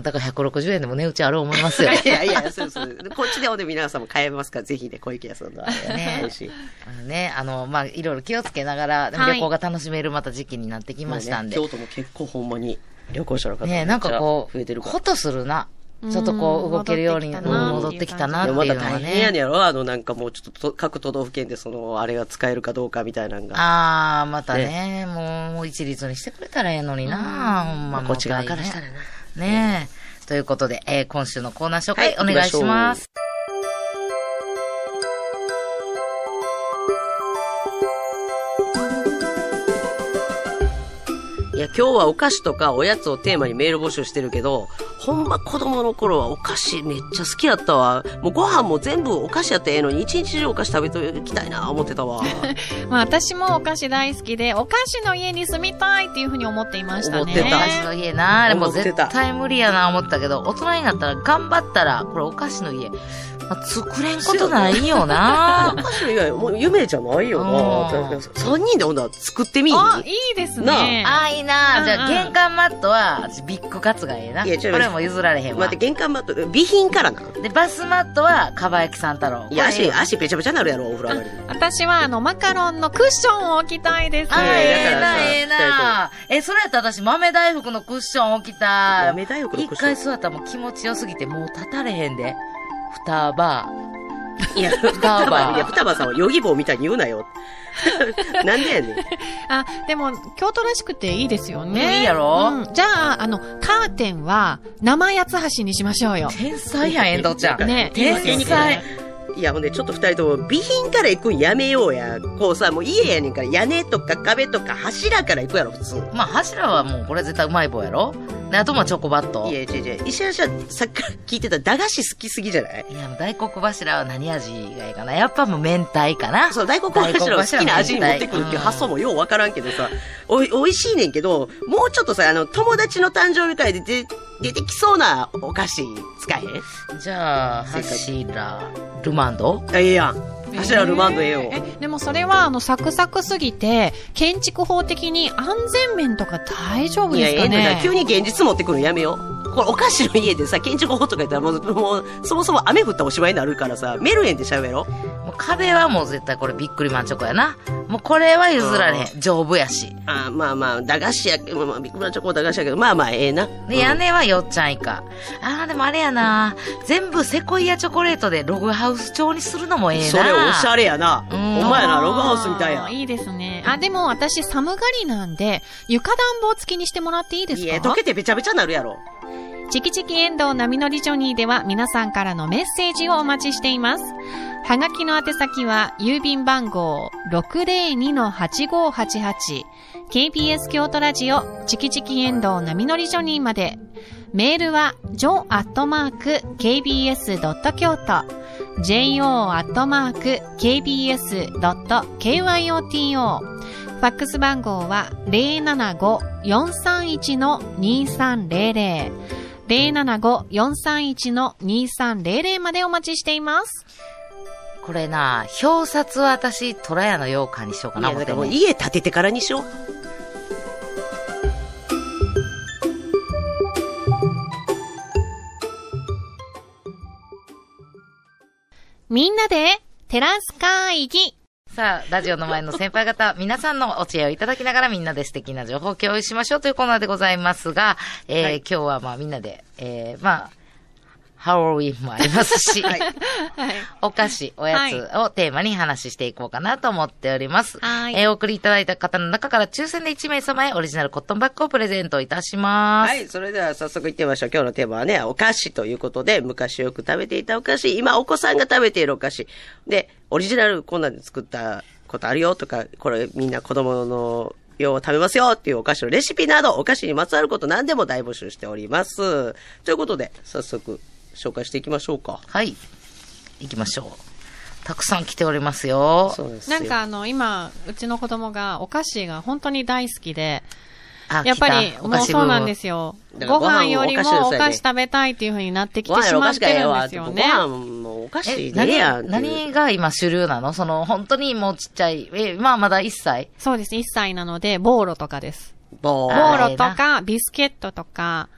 Speaker 4: ん、だから160円でも値打ちある思い ますよ。
Speaker 3: いやいや、そうそう。こっちでおで皆さんも買えますから、ぜひね、小池屋さんのあれ、
Speaker 4: ね
Speaker 3: 美味しい。
Speaker 4: あのね、あの、まあ、いろいろ気をつけながら、でも
Speaker 5: はい
Speaker 4: 旅行が楽しめるまた時期になってきましたんで。
Speaker 3: 京都も結構ほんまに旅行者の方
Speaker 4: ねなんかこう、
Speaker 3: 増えてる
Speaker 4: ほ
Speaker 3: か
Speaker 4: っとするな。
Speaker 5: うん
Speaker 4: ちょっとこう、動けるようにうん
Speaker 5: 戻
Speaker 4: 戻
Speaker 5: っ
Speaker 4: ってて
Speaker 5: き
Speaker 4: きた
Speaker 5: たな
Speaker 4: な
Speaker 5: っ
Speaker 4: ってて
Speaker 3: ら。
Speaker 4: い
Speaker 3: ま
Speaker 4: うの
Speaker 3: た
Speaker 4: は
Speaker 3: 大変やね
Speaker 4: ね。
Speaker 3: やろあの、なんかもうちょっとと各都道府県でその、あれが使えるかどうかみたいなのが。
Speaker 4: あー、またね、もう、もう一律にしてくれたらええのにな、ほんま
Speaker 3: ま
Speaker 4: も
Speaker 3: あ、
Speaker 4: う
Speaker 3: こっち側からしたらな。
Speaker 4: ねえ。ということで、えー今週のコーナー紹
Speaker 3: はい
Speaker 4: 介お願いします。
Speaker 3: いや、今日はお菓子とかおやつをテーマにメール募集してるけど、ほんま子供の頃はお菓子めっちゃ好きやったわ。もうご飯も全部お菓子やったらええのに、一日中お菓子食べていきたいな、思って たわ。
Speaker 5: まあ私もお菓子大好きで、お菓子の家に住みたいっていうふうに思っていましたね。
Speaker 3: 思って
Speaker 4: お菓子の家な、あれもう
Speaker 3: 思って
Speaker 4: 絶
Speaker 3: た
Speaker 4: 対無理やな思ったけど、大人になったら頑張ったら、これお菓子の家、まあ作れんことないよ
Speaker 3: お
Speaker 4: な。
Speaker 3: 菓子以外、もう夢じゃないよ
Speaker 4: う
Speaker 3: な。
Speaker 4: ん
Speaker 3: 3人でほんなら作ってみん
Speaker 5: あ、いいですね。
Speaker 4: あーいいな。じゃあ、
Speaker 5: うんうん
Speaker 4: 玄関マットは、私ビッグカツがええな。
Speaker 3: い
Speaker 4: こ
Speaker 3: やちょっと
Speaker 4: れも譲られへんわ。
Speaker 3: 待って、玄関マット、備品からな。
Speaker 4: で、バスマットは、かばやきさん太郎。
Speaker 3: いや、
Speaker 4: これええ
Speaker 3: 足、
Speaker 4: わ
Speaker 3: 足べちゃべちゃなるやろ、お風呂上がりに。
Speaker 5: 私はあの、マカロンのクッションを置きたいです。
Speaker 4: あー、
Speaker 3: いやいや
Speaker 4: ええ
Speaker 3: だからさ
Speaker 4: な、ええな。え、それやったら私、豆大福のクッション置きたい。
Speaker 3: 豆大福のクッション
Speaker 4: 一回座ったらもう気持ちよすぎて、もう立たれへんで。二バ
Speaker 3: い や、
Speaker 4: 双葉
Speaker 3: いや、双葉さんはヨギ棒みたいに言うなよ。 なんでやねん。
Speaker 5: あ、でも、京都らしくていいですよ
Speaker 4: ね
Speaker 5: ね。
Speaker 4: いいやろ
Speaker 5: うんじゃあ、あの、カーテンは、生八つ橋にしましょうよ。
Speaker 4: 天才やん、遠藤ちゃん。
Speaker 5: ね
Speaker 4: 天才。
Speaker 3: いや、ほんで、ちょっと二人とも、備品から行くんやめようや。こうさ、もう家やねんから、屋根とか壁とか柱から行くやろ、普通。
Speaker 4: まあ、柱はもう、これ絶対うまい棒やろで、あともチョコバット。
Speaker 3: いや、違う違う。石原さん、さっきから聞いてた駄菓子好きすぎじゃない
Speaker 4: いや、大黒柱は何味がいいかなやっぱもう明太かな。
Speaker 3: そう、大黒柱を好きな味に持ってくるっていう発想もようわからんけどさ、おい、美味しいねんけど、もうちょっとさ、あの、友達の誕生日会で出出てきそうなお菓子使えへん
Speaker 4: じゃあ、柱、ルマンド
Speaker 3: あええやん。柱ルマンドええよ。
Speaker 5: えーえでもそれは、あの、サクサクすぎて、建築法的に安全面とか大丈夫
Speaker 3: いや、
Speaker 5: です
Speaker 3: ええ
Speaker 5: か
Speaker 3: んだから
Speaker 5: ね
Speaker 3: 急に現実持ってくるのやめよう。これ、お菓子の家でさ、建築法とか言ったらもう、もう、そもそも雨降ったらおしまいになるからさ、メルヘンでしゃべろ。
Speaker 4: もう壁はもう絶対これびっくりマンチョコやな。もうこれは譲られへん。丈夫やし。
Speaker 3: あーまあまあ、駄菓子や、まあまあ、ビッグマンチョコ駄菓子やけど、まあまあ、ええな。
Speaker 4: で、屋根はよっちゃん以下。あー、でもあれやな。全部セコイアチョコレートでログハウス調にするのもええな。
Speaker 3: それおしゃ
Speaker 4: れ。
Speaker 3: れやな。
Speaker 4: う
Speaker 3: お
Speaker 4: ん
Speaker 3: 前ら、ログハウスみたいや
Speaker 5: あー。いいですね。あ、でも私寒がりなんで、床暖房付きにしてもらっていいです
Speaker 3: い
Speaker 5: か
Speaker 3: や、溶けてべちゃべちゃなるやろ。
Speaker 5: チキチキエンドウ波乗りジョニーでは皆さんからのメッセージをお待ちしています。はがきの宛先は、郵便番号 602-8588KBS 京都ラジオチキチキエンドウ波乗りジョニーまで。メールは、jo.kbs.kyoto jo.kbs.kyoto ファックス番号は075-431-2300。075-431-2300までお待ちしています。
Speaker 4: これな、表札は私、虎屋の羊羹にしようか
Speaker 3: い
Speaker 4: な
Speaker 3: や、
Speaker 4: 思っ
Speaker 3: だ
Speaker 4: て
Speaker 3: から
Speaker 4: ん
Speaker 3: もう
Speaker 4: ねん。
Speaker 3: 家建ててからにしよう。
Speaker 5: みんなで、テラス会議。
Speaker 4: さあ、ラジオの前の先輩方、皆さんのお知恵をいただきながらみんなで素敵な情報を共有しましょうというコーナーでございますが、えー今日はまあみんなで、えーまあ、ハロウィンもありますし、
Speaker 5: はい。
Speaker 4: お菓子、おやつをテーマに話していこうかなと思っております。
Speaker 5: はい
Speaker 4: えーお送りいただいた方の中から抽選で1名様へオリジナルコットンバッグをプレゼントいたします。
Speaker 3: はい、それでは早速行ってみましょう。今日のテーマはね、お菓子ということで、昔よく食べていたお菓子、今お子さんが食べているお菓子。で、オリジナルこんなんで作ったことあるよとか、これみんな子供の用を食べますよっていうお菓子のレシピなど、お菓子にまつわること何でも大募集しております。ということで、早速紹介していきましょうか。
Speaker 4: はい。行きましょう。たくさん来ておりますよ。
Speaker 3: そうですよ。
Speaker 5: なんかあの、今、うちの子供がお菓子が本当に大好きで、
Speaker 4: あ
Speaker 5: やっぱ
Speaker 4: 来、
Speaker 5: り
Speaker 4: たお
Speaker 5: もう
Speaker 4: 菓子。
Speaker 5: そうなんですすよ。
Speaker 3: だから
Speaker 5: ご
Speaker 3: ご飯
Speaker 5: 飯よりも
Speaker 3: お
Speaker 5: お
Speaker 3: 菓子
Speaker 5: 菓
Speaker 3: です
Speaker 5: 子
Speaker 3: よね
Speaker 5: 食べたいっていう風になってき
Speaker 3: ご
Speaker 5: て
Speaker 3: 飯
Speaker 5: し
Speaker 3: お
Speaker 5: ま
Speaker 3: 菓
Speaker 5: っ
Speaker 3: 子
Speaker 5: て
Speaker 3: がええ
Speaker 5: るん
Speaker 3: わっ
Speaker 5: です
Speaker 3: て。
Speaker 5: よ
Speaker 3: ご
Speaker 5: ね。
Speaker 3: 飯もお菓子
Speaker 4: え、
Speaker 3: でええ
Speaker 4: 何
Speaker 3: や
Speaker 4: が、
Speaker 3: んっていう。
Speaker 4: 何が今主流なのその、本当にもうちっちゃい、え、まあまだ1歳。
Speaker 5: そうです。1歳なので、ボーロとかです。
Speaker 3: ボ
Speaker 5: ボ
Speaker 3: ー
Speaker 5: ーロとか、ビスケットとか、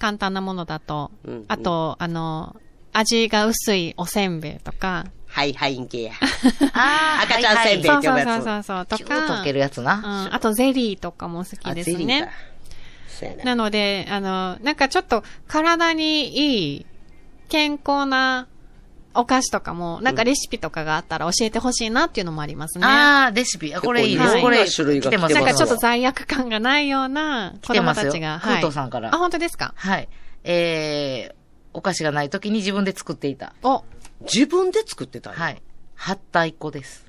Speaker 5: 簡単なものだと
Speaker 3: うんうん、
Speaker 5: あと、あの、味が薄いおせんべいとか、
Speaker 3: はいはいんけや。
Speaker 4: あ
Speaker 3: 赤ちゃんせんべい
Speaker 5: そう
Speaker 3: って呼ぶ
Speaker 5: そ
Speaker 3: や
Speaker 5: うそう
Speaker 3: つ。
Speaker 5: そうそう、と
Speaker 4: キューッと
Speaker 5: か、
Speaker 4: 溶け
Speaker 5: うん、
Speaker 4: るやつな。
Speaker 5: あとゼリーとかも好きです
Speaker 3: あゼリー
Speaker 5: ね
Speaker 3: か。そうやな
Speaker 5: なので、あの、なんかちょっと体にいい、健康なお菓子とかも、なんかレシピとかがあったら教えてほしいなっていうのもありますね。な
Speaker 4: ああ、レシピ。あこれいいで
Speaker 5: 結
Speaker 4: す。
Speaker 5: 構い
Speaker 4: こ
Speaker 5: ろん
Speaker 3: な
Speaker 4: れ、
Speaker 3: 種類が来てます
Speaker 5: ん
Speaker 3: よ
Speaker 5: かちょっと罪悪感がないような子供た
Speaker 4: 来
Speaker 5: ち
Speaker 4: て
Speaker 5: が。
Speaker 4: ますよ
Speaker 5: はい。
Speaker 4: クートさんから
Speaker 5: あ、本当ですか
Speaker 4: はい。えー、お菓子がない時に自分で作っていた。
Speaker 5: お、
Speaker 3: 自分で作ってたの
Speaker 4: はい。はったい粉です。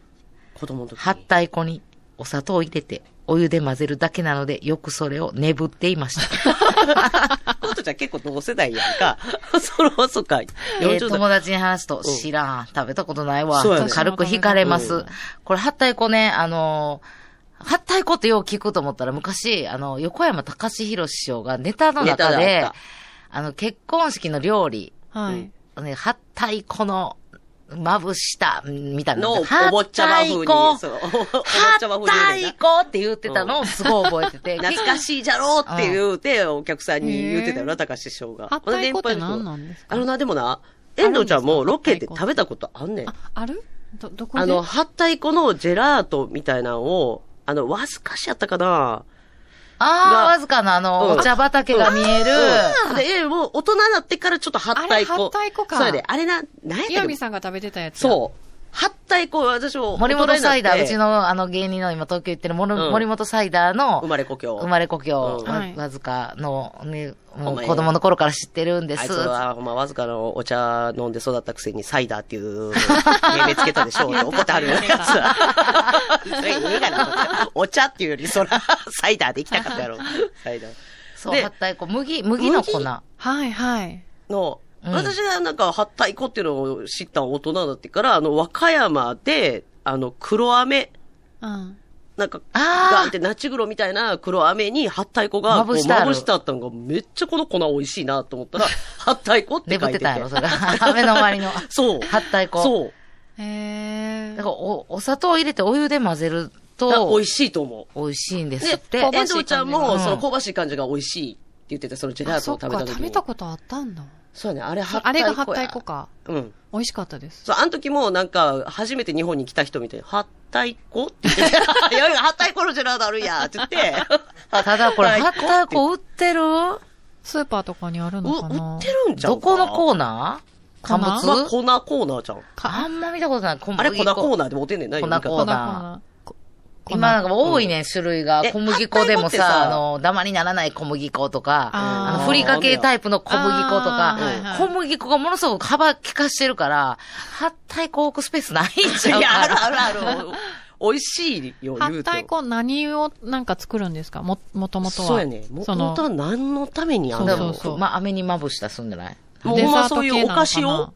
Speaker 3: 子供の時に。
Speaker 4: はったい粉にお砂糖を入れて、お湯で混ぜるだけなので、よくそれを眠っていました。
Speaker 3: コートちゃん結構同世代やんか。 その、そっ か。
Speaker 4: えー
Speaker 3: 40
Speaker 4: 友
Speaker 3: 代。
Speaker 4: 達に話すと、
Speaker 3: うん
Speaker 4: 知らん、食べたことないわ
Speaker 3: そうやね。
Speaker 4: 軽く惹かれます。
Speaker 3: うん
Speaker 4: これ、はったい粉ね、あのー、はったい粉ってよう聞くと思ったら、昔、あの、横山隆弘師匠がネタの中
Speaker 3: ネタだ
Speaker 4: で
Speaker 3: った、
Speaker 4: あの、結婚式の料理、
Speaker 5: は
Speaker 3: うん
Speaker 5: い。
Speaker 4: ね、はったい粉の、まぶした、みたいな。
Speaker 3: の、お
Speaker 4: は
Speaker 3: 坊ちゃま風に。
Speaker 4: は
Speaker 3: そう。おお坊ちゃま
Speaker 4: っ
Speaker 3: 風
Speaker 4: た
Speaker 3: に言うねん
Speaker 4: い
Speaker 3: な。
Speaker 4: 粉って言ってたのをすごい覚えてて。
Speaker 3: 懐かしいじゃろうって言うて、お客さんに言うてたよな、高師匠が。
Speaker 5: はったい粉って何なんです
Speaker 3: あ
Speaker 5: か
Speaker 3: のな、でもな、遠藤ちゃんも
Speaker 5: ある
Speaker 3: ロ
Speaker 5: んですか
Speaker 3: ケで食べたことあんねん
Speaker 5: あ。、あるど、どこで
Speaker 3: あの、はったい粉のジェラートみたいなのを、あの、わずかしやったかな
Speaker 4: あ
Speaker 3: が
Speaker 4: あ、わずかな、あの、
Speaker 3: うん
Speaker 4: お茶畑が見える。
Speaker 3: うんで、えもう大人になってからちょっとはったい粉。
Speaker 5: あれはったい粉か
Speaker 3: そうやで、あれな、何やった
Speaker 5: 岩
Speaker 3: っ
Speaker 5: 見
Speaker 3: け
Speaker 5: さんが食べてたやつだ。
Speaker 3: そう。はったい粉、私も。
Speaker 4: 森本サイダー、うち
Speaker 3: の。
Speaker 4: のあの芸人の今東京行ってるもの
Speaker 3: うん
Speaker 4: 森本サイダーの
Speaker 3: 生まれ故郷。
Speaker 4: 生まれ故郷、
Speaker 3: うん
Speaker 4: わ
Speaker 5: はい
Speaker 4: わずかの、ね、も
Speaker 3: お
Speaker 4: う
Speaker 3: 前
Speaker 4: 子供の頃から知ってるんで
Speaker 3: あい
Speaker 4: す
Speaker 3: つ。は、ほんま、わずかのお茶飲んで育ったくせにサイダーっ ていう、名目つけたでしょうって怒ってはるやつは。それ、いいかな。お茶っていうより、そら、サイダーで行きたかったやろ。サイダー。
Speaker 4: そう、
Speaker 3: で
Speaker 4: はったい粉、麦、麦の粉。
Speaker 3: 麦
Speaker 4: あ
Speaker 5: はい、はい。
Speaker 3: の、
Speaker 4: うん
Speaker 3: 私がなんか、はったい粉っていうのを知った大人だってから、あの、和歌山で、あの、黒飴、
Speaker 5: うん。
Speaker 3: なんか、ガンっ
Speaker 4: あ
Speaker 3: てナチグロみたいな黒飴に、はったい粉が、
Speaker 4: ま
Speaker 3: こう
Speaker 4: ぶしてある
Speaker 3: まぶしてあったのが、めっちゃこの粉美味しいなと思 ったら、はったい粉って
Speaker 4: 眠
Speaker 3: 書
Speaker 4: っ
Speaker 3: いて
Speaker 4: て
Speaker 3: て。
Speaker 4: たんやろ、それが。目の周 りの。
Speaker 3: そう。
Speaker 4: はったい粉。
Speaker 3: そう。
Speaker 5: え
Speaker 4: だか
Speaker 5: ー
Speaker 4: ら。お、お砂糖入れてお湯で混ぜる
Speaker 3: だ美
Speaker 4: と
Speaker 3: 味、しいと思う。
Speaker 4: 美味しいんで
Speaker 3: です
Speaker 4: っ、て。
Speaker 3: 遠藤ちゃんも、
Speaker 4: うん
Speaker 3: その香ばしい感じが美味しいって言ってて、そのジェラ
Speaker 5: あ、
Speaker 3: ート
Speaker 5: そっ
Speaker 3: を
Speaker 5: か
Speaker 3: 食べた時に。
Speaker 5: 食べたことあったんだ。
Speaker 3: そうやね、あれは
Speaker 5: そう
Speaker 3: った
Speaker 5: あ
Speaker 3: い粉
Speaker 5: れ
Speaker 3: や。
Speaker 5: がはったい粉か。
Speaker 3: うん。
Speaker 5: 美味しかったです。
Speaker 3: そう、あの時もなんか、初めて日本に来た人みたいに、はったい粉って言ってて、い やいや、はったい粉のジェラートあるやんって 言って。
Speaker 4: ただこれ、はったい
Speaker 3: う
Speaker 4: 粉売ってる
Speaker 5: スーパーとかにあるのかな
Speaker 3: 売ってるんじゃん
Speaker 4: ど
Speaker 3: か
Speaker 4: このコーナー
Speaker 5: か
Speaker 4: 乾
Speaker 5: な
Speaker 4: 物
Speaker 3: まあ、粉コーナーじゃん。
Speaker 4: あんま見たことない。小
Speaker 3: あれ
Speaker 4: 麦
Speaker 3: 粉コーナーでも出んねんな、
Speaker 4: 粉
Speaker 3: 読み方
Speaker 4: コーナ
Speaker 5: 粉粉。
Speaker 4: 今なんか多いね、種類が
Speaker 3: え。
Speaker 4: 小麦粉でも
Speaker 3: 反対語ってさ
Speaker 4: さ、あの、ダマにならない小麦粉とか、
Speaker 5: あ
Speaker 4: あ
Speaker 5: ー
Speaker 4: の、ふりかけタイプの小麦粉とか
Speaker 5: あーはいはい、
Speaker 4: 小麦粉がものすごく幅利かしてるから、発体コークスペースないんちゃう
Speaker 3: い
Speaker 4: か
Speaker 3: や、
Speaker 4: な
Speaker 3: あるあるある。 美味しいよ、言
Speaker 5: 発
Speaker 3: うても。
Speaker 5: 体粉何をなんか作るんですかも、もともとは。
Speaker 3: そうやね。もと
Speaker 5: そ
Speaker 3: も
Speaker 5: の
Speaker 3: とは何のためにあん
Speaker 5: そ
Speaker 3: の
Speaker 5: うそうそう
Speaker 4: まあ、飴にまぶしたらすんじゃない
Speaker 3: もう
Speaker 5: デ
Speaker 3: ほん
Speaker 5: ザ
Speaker 3: ま
Speaker 5: ー
Speaker 3: そ
Speaker 5: ト
Speaker 3: う
Speaker 5: 系
Speaker 3: いうお菓子
Speaker 5: なの
Speaker 3: を
Speaker 5: か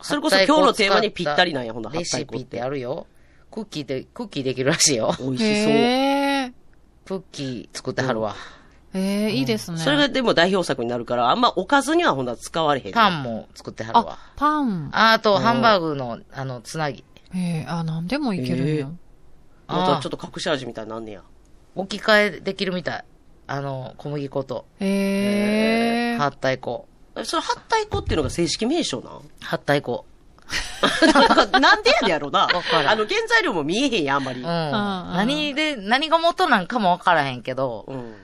Speaker 5: な。
Speaker 3: それこそ今日のテーマにぴったりなんや、ほんなら
Speaker 4: レ
Speaker 3: 発
Speaker 4: シピ
Speaker 3: 体粉
Speaker 4: っ
Speaker 3: ってて
Speaker 4: あ。るよ。クッキーで、クッキーできるらしいよ。
Speaker 3: 美味しそう。
Speaker 5: へえ。
Speaker 4: クッキー作ってはるわ。
Speaker 5: ええ、いいですね。
Speaker 3: それがでも代表作になるから、あんまおかずにはほんなら使われへん。
Speaker 4: パ
Speaker 3: ン。
Speaker 4: ンも作ってはるわ。
Speaker 5: あ、パン。
Speaker 4: ああと、ハンバーグの、あの、つなぎ。
Speaker 5: ええ、あ、なんでもいけるんや。
Speaker 3: またちょっと隠し味みたいになんねや。
Speaker 4: 置き換えできるみたい。あの、小麦粉と、
Speaker 5: ええ。
Speaker 4: 発体粉。
Speaker 3: それ発体粉っていうのが正式名称なん
Speaker 4: 発体粉。
Speaker 3: なんかなんでやねやろな。
Speaker 4: からん
Speaker 3: あの、原材料も見えへんやん、あんま
Speaker 4: う
Speaker 3: り
Speaker 4: ん。。
Speaker 5: ん
Speaker 4: 何で、何が元なんかもわからへんけど、
Speaker 3: うん。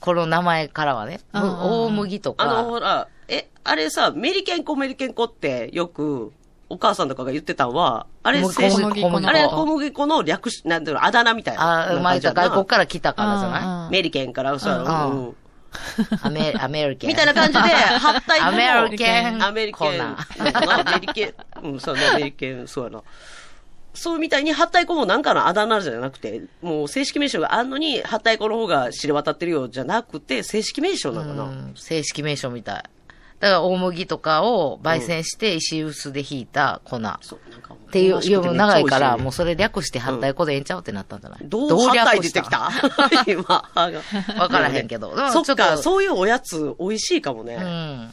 Speaker 4: この名前からはね。
Speaker 5: うん
Speaker 4: む大麦と
Speaker 3: あの、
Speaker 4: か、
Speaker 3: ほら、え、あれさ、メリケンコメリケンコってよく、お母さんとかが言ってたんは、あれ、
Speaker 4: 小
Speaker 3: 正式
Speaker 5: 小
Speaker 4: 麦粉小
Speaker 5: 麦粉の
Speaker 4: 麦
Speaker 3: あれ、小
Speaker 4: 粉。
Speaker 3: 麦粉の略し、なんていうの、あだ名みたいな。
Speaker 4: あ、生まれた外国
Speaker 3: か
Speaker 4: から来たからじゃない
Speaker 5: うんうん
Speaker 3: メリケンから、そう
Speaker 4: うん
Speaker 3: うん
Speaker 4: アメ、アメリカン。
Speaker 3: みたいな感 じで、発体
Speaker 4: ア
Speaker 3: 粉も
Speaker 4: メリカン。
Speaker 3: アメリ
Speaker 4: コ
Speaker 3: ケン。
Speaker 4: ー
Speaker 3: うん
Speaker 4: ナー
Speaker 3: アメリケン。うん、そうやな、アメリケン、そうやな。そうみたいに、発体粉もなんかのあだ名じゃなくて、もう正式名称があんのに、発体粉の方が知れ渡ってるようじゃなくて、正式名称なのか
Speaker 4: う
Speaker 3: な。
Speaker 4: ん正式名称みたい。だから大麦とかを焙煎して石臼でひいた粉。っ
Speaker 3: そう、なんかもう。って
Speaker 4: いう、読む長いから、もう
Speaker 3: う。
Speaker 4: それ略して反対語でええんちゃうってなったんじゃない
Speaker 3: どう発体出てき
Speaker 4: ん
Speaker 3: た 今、歯が。
Speaker 4: わからへんけ ど。でも
Speaker 3: そっ
Speaker 4: ちょ
Speaker 3: か、
Speaker 4: と
Speaker 3: そういうおやつ、美味しいかもね。
Speaker 4: うん。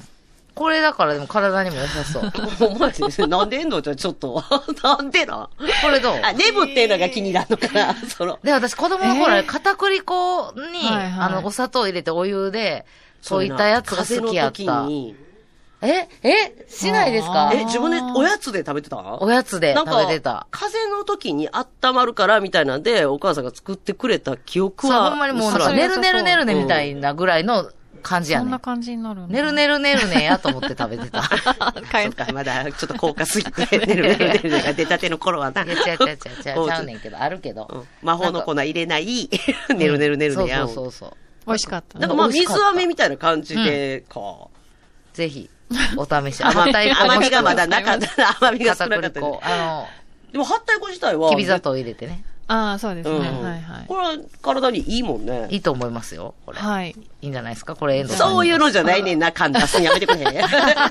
Speaker 4: これだからでも体にも良さ そう。
Speaker 3: お前ですね、なんでえんのじゃあちょっと。 なんでな。
Speaker 4: これどう
Speaker 3: あ、ネブっていうのが気になるのかな、 その。
Speaker 4: で、私子供の頃、
Speaker 5: えー
Speaker 4: 片栗粉に、
Speaker 5: はいはい
Speaker 4: あの、お砂糖入れてお湯で、そういったやつが好きやっ
Speaker 3: 風邪の
Speaker 4: た
Speaker 3: 時。に
Speaker 4: ええしないですか
Speaker 5: あー
Speaker 3: え、自分でおやつで食べてた
Speaker 4: おやつで
Speaker 3: なんか
Speaker 4: 食べてた。
Speaker 3: 風邪の時に温まるからみたいなんで、お母さんが作ってくれた記憶
Speaker 4: そう、
Speaker 3: は。
Speaker 4: ほんまにもう
Speaker 3: すら
Speaker 5: そ
Speaker 4: 寝
Speaker 5: れ
Speaker 4: る寝る寝るねみたいなぐらいの感じやね
Speaker 5: そん
Speaker 4: ん
Speaker 5: な。感じになるの
Speaker 4: 寝る寝る寝るねやと思って食べてた。
Speaker 5: 変
Speaker 3: そ
Speaker 5: え
Speaker 3: うか、まだちょっと高価すぎ て、寝る寝る寝る寝るが出たての頃はな。
Speaker 4: いや、ちゃうちゃうちゃうちゃ
Speaker 3: お
Speaker 4: う
Speaker 3: う
Speaker 4: ちゃうねんけど、あるけど。
Speaker 3: うん魔法の粉入れない、 寝る寝る寝る
Speaker 4: そ
Speaker 3: 寝
Speaker 4: う
Speaker 3: る
Speaker 4: そ
Speaker 3: やん
Speaker 4: うそうそう。
Speaker 5: 美味しかった
Speaker 3: な
Speaker 5: ね。
Speaker 3: んかまあ
Speaker 4: 美味し
Speaker 3: 水
Speaker 4: かった
Speaker 3: 飴みたいな感じで、か。
Speaker 4: ぜひ、お試 し。
Speaker 3: 甘
Speaker 4: 甘たい
Speaker 3: 甘みがまだなかった。甘みが少
Speaker 4: 片
Speaker 3: なかっ
Speaker 4: 栗
Speaker 3: た
Speaker 4: 粉
Speaker 3: ね。。
Speaker 4: あ
Speaker 3: でも、発体粉自体
Speaker 4: の、
Speaker 3: は。
Speaker 4: きび砂糖入れてね。
Speaker 5: ああ、そうです
Speaker 3: う
Speaker 5: ね。
Speaker 3: ん。
Speaker 5: はいはい。
Speaker 3: これは体にいいもんね。
Speaker 4: いいと思いますよ、これ。
Speaker 5: はい。
Speaker 4: いいんじゃないですかこれ、遠藤さんに。
Speaker 3: そういうのじゃないねんな、勘出すんやめて くれへん。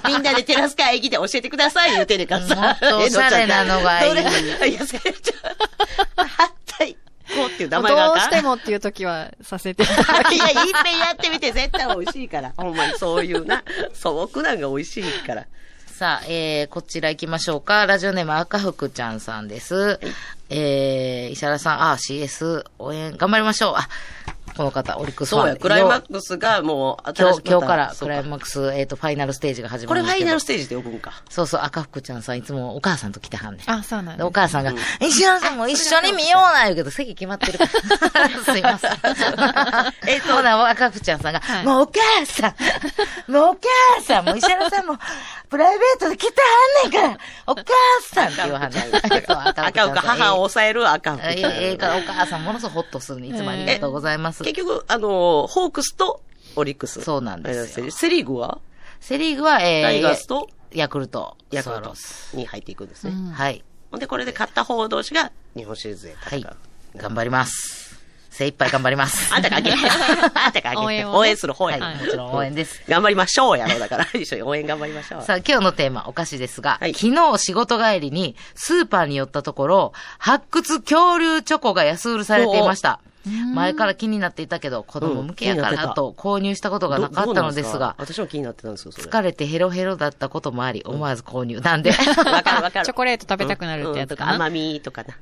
Speaker 3: みんなでテラス会議で教えてください、言うてんねんからさ。
Speaker 4: もっとおしゃれなのがいい
Speaker 3: えのちゃんがそれいや、それち ゃん、反対こうっていう名
Speaker 5: どう
Speaker 3: 前があかん
Speaker 5: してもっていう時はさ せていただきます
Speaker 3: いや、いっぺんやってみて絶対美味しいから。 ほんまにそういうな、素朴なんが美味しいから。
Speaker 4: さあ、えー、こちら行きましょうか。ラジオネーム赤福ちゃんさんです。えー、石原さん、あー、CS 応援頑張りましょう。あ、この方、オリックスファ
Speaker 3: そ
Speaker 4: ン
Speaker 3: う
Speaker 4: で
Speaker 3: や、クライマックスがもう
Speaker 4: 今
Speaker 3: 新し
Speaker 4: 日、
Speaker 3: くまた
Speaker 4: 今日から
Speaker 3: そ
Speaker 4: ク
Speaker 3: う
Speaker 4: ライマックス、えっ、と、ファイナルステージが始
Speaker 3: こ
Speaker 4: まるん
Speaker 3: れフ
Speaker 4: ですけ
Speaker 3: ァイ
Speaker 4: ど。
Speaker 3: ナルステージで呼ぶんか。
Speaker 4: そうそう、赤福ちゃんさん、いつもお母さんと来てはんねん。
Speaker 5: あ、そうなん
Speaker 4: で
Speaker 5: で
Speaker 4: お母さんが、石原さんも一緒に見ような言うけど、席決まってるから。 すいません。 えっと、ほな、赤福ちゃんさんが、
Speaker 5: はい
Speaker 4: もうお母さん、もうお母さん、もう石原さんも、プライベートで来てはんねんから、お母さんって言わはんねん。そう
Speaker 3: 赤岡、母を抑える赤岡。
Speaker 4: ええええから、お母さんものすごいホッとするね。いつもありがとうございます。
Speaker 3: 結局、あの、ホークスとオリックス。
Speaker 4: そうなんですよ
Speaker 3: セリーグは
Speaker 4: セリーグは、えー、
Speaker 3: タイガースと
Speaker 4: ヤクルト、
Speaker 3: ヤク
Speaker 4: ス
Speaker 3: ル
Speaker 4: ワロ
Speaker 3: ト
Speaker 4: ーズ
Speaker 3: に入っていくんですね。
Speaker 4: はい。
Speaker 3: ほんで、これで勝った方同士が日本シリーズで
Speaker 4: は
Speaker 3: 戦う。
Speaker 4: い。頑張ります。精一杯頑張ります。
Speaker 3: あんたがあげて。 あんたがあげて。応
Speaker 5: 応
Speaker 3: 援
Speaker 5: 援をね
Speaker 3: する方や、
Speaker 4: はいもちろん応援です。
Speaker 3: 頑張りましょうやろ、だから。 一緒に応援頑張りましょう。
Speaker 4: さあ、今日のテーマ、お菓子ですが、
Speaker 3: はい
Speaker 4: 昨日仕事帰りに、スーパーに寄ったところ、発掘恐竜チョコが安売りされていました。前から気になっていたけど、子供向けやか
Speaker 3: うん気になっ
Speaker 4: ら
Speaker 3: てた
Speaker 4: と購入したことがなかったのですが、
Speaker 3: どどうなんですか私も気になってたんですよ、それ。
Speaker 4: 疲れてヘロヘロだったこともあり、思わず購入。なん で、
Speaker 3: わかるわかる。
Speaker 5: チョコレート食べたくなるってやつかな
Speaker 3: うんうんと甘みとかな。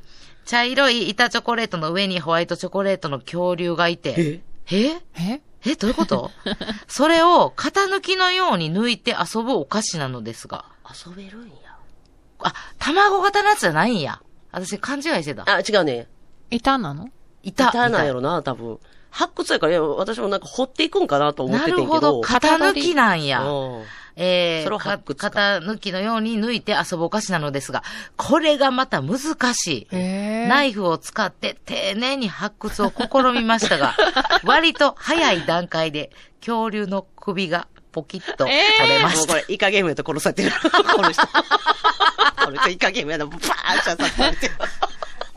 Speaker 4: 茶色い板チョコレートの上にホワイトチョコレートの恐竜がいて、え
Speaker 5: え
Speaker 4: え、どういうこと それを型抜きのように抜いて遊ぶお菓子なのですが。
Speaker 3: 遊べるんや。
Speaker 4: あ、卵型のやつじゃないんや。私勘違いしてた。
Speaker 3: あ、違うね。
Speaker 5: 板なの
Speaker 4: いた。
Speaker 3: 板なんやろな、多分。発掘やから、いや、私もなんか掘っていくんかなと思って
Speaker 4: な
Speaker 3: てんけど。
Speaker 4: るほど、型抜きなんや。
Speaker 3: うん
Speaker 4: え
Speaker 3: それを
Speaker 4: ー、
Speaker 3: 発
Speaker 4: か
Speaker 3: 掘か
Speaker 4: 型抜きのように抜いて遊ぶお菓子なのですが、これがまた難しい。
Speaker 5: へー
Speaker 4: ナイフを使って丁寧に発掘を試みました が、割と早い段階で恐竜の首がポキッと取れま
Speaker 3: もう
Speaker 4: し た。
Speaker 3: これ、イカゲームやと殺されてる。この人。この人、イカゲームやと、バーンって刺されてる。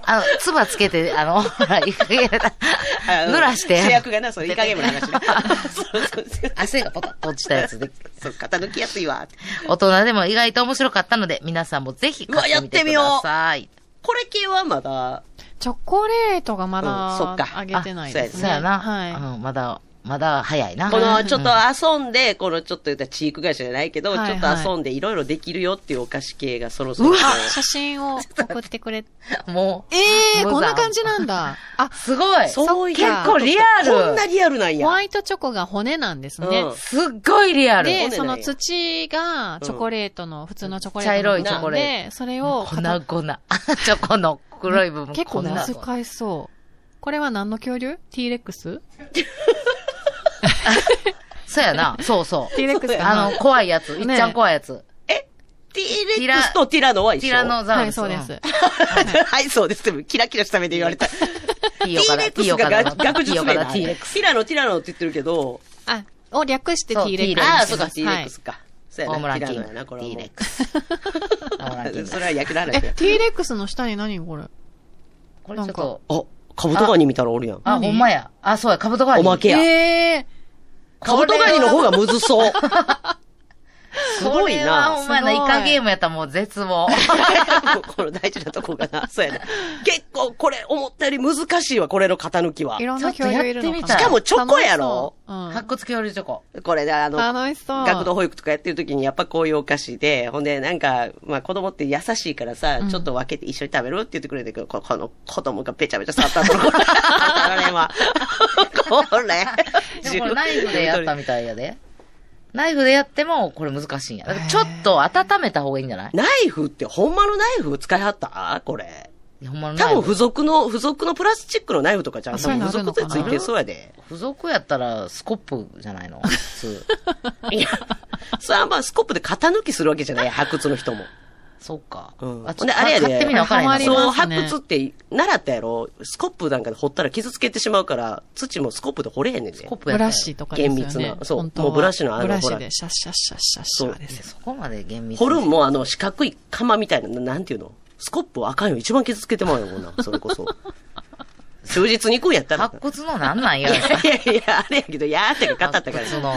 Speaker 4: あの、唾つけて、あの、ほら、いい加減だ
Speaker 3: あの
Speaker 4: 濡らして。
Speaker 3: 主役がな、それ、イカゲームの話なそうそう そう
Speaker 4: 汗がポタッと落ちたやつで。
Speaker 3: そう、肩抜きやすいわ。
Speaker 4: 大人でも意外と面白かったので、皆さんもぜひ買ってみてください。
Speaker 3: これ系はまだ、
Speaker 5: チョコレートがま
Speaker 3: うんそっ
Speaker 5: だ
Speaker 3: か、
Speaker 5: あげてないですね。
Speaker 4: そうやな。
Speaker 5: はい。
Speaker 4: うん、まだ、まだ早いな。
Speaker 3: この、ちょっと遊んで、この、ちょっと言ったらチーク会社じゃないけど、
Speaker 5: はい
Speaker 3: ちょっと遊んでいろいろできるよっていうお菓子系がそろそろ。
Speaker 4: うわ
Speaker 5: 写真を送って くれ。
Speaker 4: もう、
Speaker 5: ええー、
Speaker 4: 無
Speaker 5: こん
Speaker 4: 残
Speaker 5: な感じなんだ。あ、
Speaker 4: すごい。
Speaker 3: そうい
Speaker 4: 結
Speaker 3: や
Speaker 4: 構リアル。
Speaker 3: こんなリアルなん
Speaker 5: ホ
Speaker 3: や。
Speaker 5: ワイトチョコが骨なんですね。
Speaker 3: うん
Speaker 4: すっごいリアル。
Speaker 5: で、
Speaker 3: 骨な
Speaker 5: そ
Speaker 3: ん
Speaker 5: の
Speaker 3: や
Speaker 5: 土がチョコレートの、普通のチョコレートの。
Speaker 4: 茶色いチョコレー
Speaker 5: ート。それを
Speaker 4: 粉々。 チョコの黒い部分。
Speaker 5: 結構
Speaker 4: 粉々
Speaker 5: 使いそう。これは何の恐竜 ?T-Rex?
Speaker 4: そうやな。そう そう。
Speaker 5: T-Rex かな
Speaker 4: あの、怖いやつ。いっ
Speaker 5: ね
Speaker 4: ちゃん怖いやつ。
Speaker 3: ティ
Speaker 4: ィ
Speaker 3: ーレックスとティラノは一
Speaker 4: テ
Speaker 3: 緒。
Speaker 4: ィラノザウ
Speaker 5: は
Speaker 4: ル
Speaker 5: い、
Speaker 4: ス。
Speaker 5: そうです。
Speaker 3: はい、そうです。でも、キラキラした目で言われた。テ
Speaker 4: うん。
Speaker 3: ィ
Speaker 4: ティー
Speaker 3: ー
Speaker 4: ヨ
Speaker 3: レ
Speaker 4: カ
Speaker 3: ッ
Speaker 4: だ。ティーヨカだ。
Speaker 3: クスがが 学術
Speaker 4: ティーヨカ
Speaker 3: 名だ。
Speaker 4: だ
Speaker 3: テ
Speaker 4: ティ
Speaker 3: ィ
Speaker 4: ーレック
Speaker 3: ーラノ、ティラノって言ってるけど、
Speaker 5: あ、を略して
Speaker 4: そう
Speaker 5: T-Rex。
Speaker 4: T-Rex
Speaker 3: ああ、
Speaker 4: あ
Speaker 3: そうか、ティーレックスか。そうや
Speaker 4: ホーム
Speaker 3: な、
Speaker 4: ラ
Speaker 3: テ
Speaker 4: ン
Speaker 3: ィラ
Speaker 4: キン
Speaker 3: ノ
Speaker 4: グ。
Speaker 3: やな、これはもう
Speaker 4: T-Rex。ホームランキング
Speaker 3: それは役の話
Speaker 5: え
Speaker 3: や、。
Speaker 5: T-Rex の下に何これ
Speaker 4: これちょっ
Speaker 5: なん
Speaker 4: と。
Speaker 3: あ、カブトガニ見たらおるやん。
Speaker 4: あ、ほんまや。あ、そうや、カブトガニ。
Speaker 3: おまけや。
Speaker 5: ええ
Speaker 3: カブトガニの方がむずそう。 すごい
Speaker 4: これは
Speaker 3: な。
Speaker 4: ほんまやな。
Speaker 5: す
Speaker 4: イ
Speaker 5: ごい
Speaker 4: カゲームやったらもう絶望。
Speaker 3: この大事なとこがな。そうやな。結構これ思ったより難しいわ、これの型抜きは。
Speaker 5: ー、い
Speaker 3: し
Speaker 5: ろんな恐竜いるのかな。
Speaker 4: ちょっとやってみたいし
Speaker 3: かもチョコやろ
Speaker 5: 楽し
Speaker 4: 白骨恐竜チョコ。
Speaker 3: これであ
Speaker 5: そう
Speaker 3: の、
Speaker 5: うん楽しそう。
Speaker 3: 学童保育とかやってる時にやっぱこういうお菓子で、ほんでなんか、まあ子供って優しいからさ、ちょっと分けて一緒に食べるって言ってくれるんだけど、ここの子供がべちゃべちゃ触ったところ。これは。これ。
Speaker 4: でもこれナイフでやったみたいやで。ナイフでやっても、これ難しいんや。だからちょっと温めた方がいいんじゃない
Speaker 3: ナイフってほんまのナイフ使いはったこれ。
Speaker 4: いやほんまの
Speaker 3: 多
Speaker 4: ナイ
Speaker 3: 分
Speaker 4: フ。
Speaker 3: 付属の、付属のプラスチックのナイフとかじゃん。
Speaker 5: あそういうの
Speaker 3: 付属
Speaker 5: ある
Speaker 3: で
Speaker 5: の
Speaker 3: つ
Speaker 5: かない
Speaker 3: てそうやで。
Speaker 4: 付属やったら、スコップじゃない の普通。
Speaker 3: いや、それはまあスコップで型抜きするわけじゃない、発掘の人も。
Speaker 4: そうか。
Speaker 3: うん
Speaker 4: あ、ち
Speaker 3: ほ
Speaker 4: ょ
Speaker 3: ん
Speaker 4: っ
Speaker 3: で
Speaker 4: と
Speaker 3: あれやで
Speaker 4: 買ってみな分からへん
Speaker 5: あ
Speaker 4: な
Speaker 5: り
Speaker 4: これ
Speaker 5: ま
Speaker 3: そう、
Speaker 5: す
Speaker 3: 発
Speaker 5: ね
Speaker 3: 掘って習ったやろスコップなんかで掘ったら傷つけてしまうから、土もスコップで掘れへんねん
Speaker 4: ス
Speaker 3: で
Speaker 4: コッ。プや
Speaker 5: ブ
Speaker 4: った
Speaker 5: ラ
Speaker 4: ら。
Speaker 5: シとかですよね。
Speaker 3: 厳密なそう
Speaker 5: 本当は
Speaker 3: もうブラシのあの
Speaker 5: ブラシ
Speaker 3: ほら
Speaker 5: でシャッシャッシャッシャッシャ
Speaker 3: そう
Speaker 5: ーですよ。
Speaker 4: そこまで厳密に
Speaker 3: 掘るんもあの四角い釜みたいな、なんていうのスコップはあかんよ。一番傷つけてまうよ、もうな。それこそ。忠実に行くんやったら。
Speaker 4: 白骨のなんなん
Speaker 3: い
Speaker 4: や。
Speaker 3: やいやいや、あれやけど、やーって語ったから。
Speaker 4: その。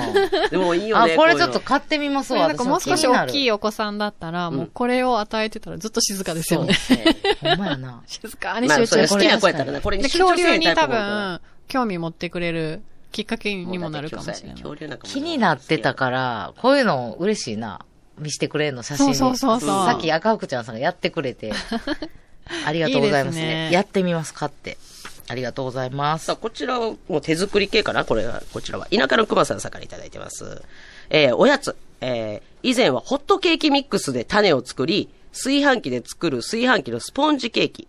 Speaker 3: でもいいよ
Speaker 4: あ
Speaker 3: ね。、
Speaker 4: これちょっ
Speaker 3: ういうの
Speaker 4: と買ってみます
Speaker 5: これ
Speaker 4: わ。
Speaker 5: なんかもう少し大きい
Speaker 4: よ。
Speaker 5: お子さんだったら、
Speaker 3: ん
Speaker 5: もうこれを与えてたらずっと静かで
Speaker 4: そ
Speaker 5: すよ
Speaker 4: うで
Speaker 5: ね。
Speaker 4: すね。ほんまやな。
Speaker 5: 静かに
Speaker 3: まあ、
Speaker 5: 集
Speaker 3: それ
Speaker 5: 中
Speaker 3: 好
Speaker 5: し
Speaker 3: き
Speaker 5: て。
Speaker 3: な子やったらな、これ
Speaker 5: で
Speaker 3: 緊
Speaker 5: 恐
Speaker 3: 張せ
Speaker 5: 竜
Speaker 3: えへん
Speaker 5: に
Speaker 3: タイプ
Speaker 5: 多
Speaker 3: もおるから
Speaker 5: 分、興味持ってくれるきっかけにもなるかもしれない。
Speaker 3: 恐竜なんかもう
Speaker 4: 気になってたから、こういうの嬉しいな。見してくれんの写真で
Speaker 5: そうそうそうそう
Speaker 4: さっき赤福ちゃんさんがやってくれて。ありがとうございますね。
Speaker 5: いいですね
Speaker 4: やってみますかって。ありがとうございます。
Speaker 3: さあ、こちらはもう手作り系かなこれは、こちらは。田舎の熊さんさんからいただいてます。えーおやつ。えー以前はホットケーキミックスで種を作り、炊飯器で作る炊飯器のスポンジケーキ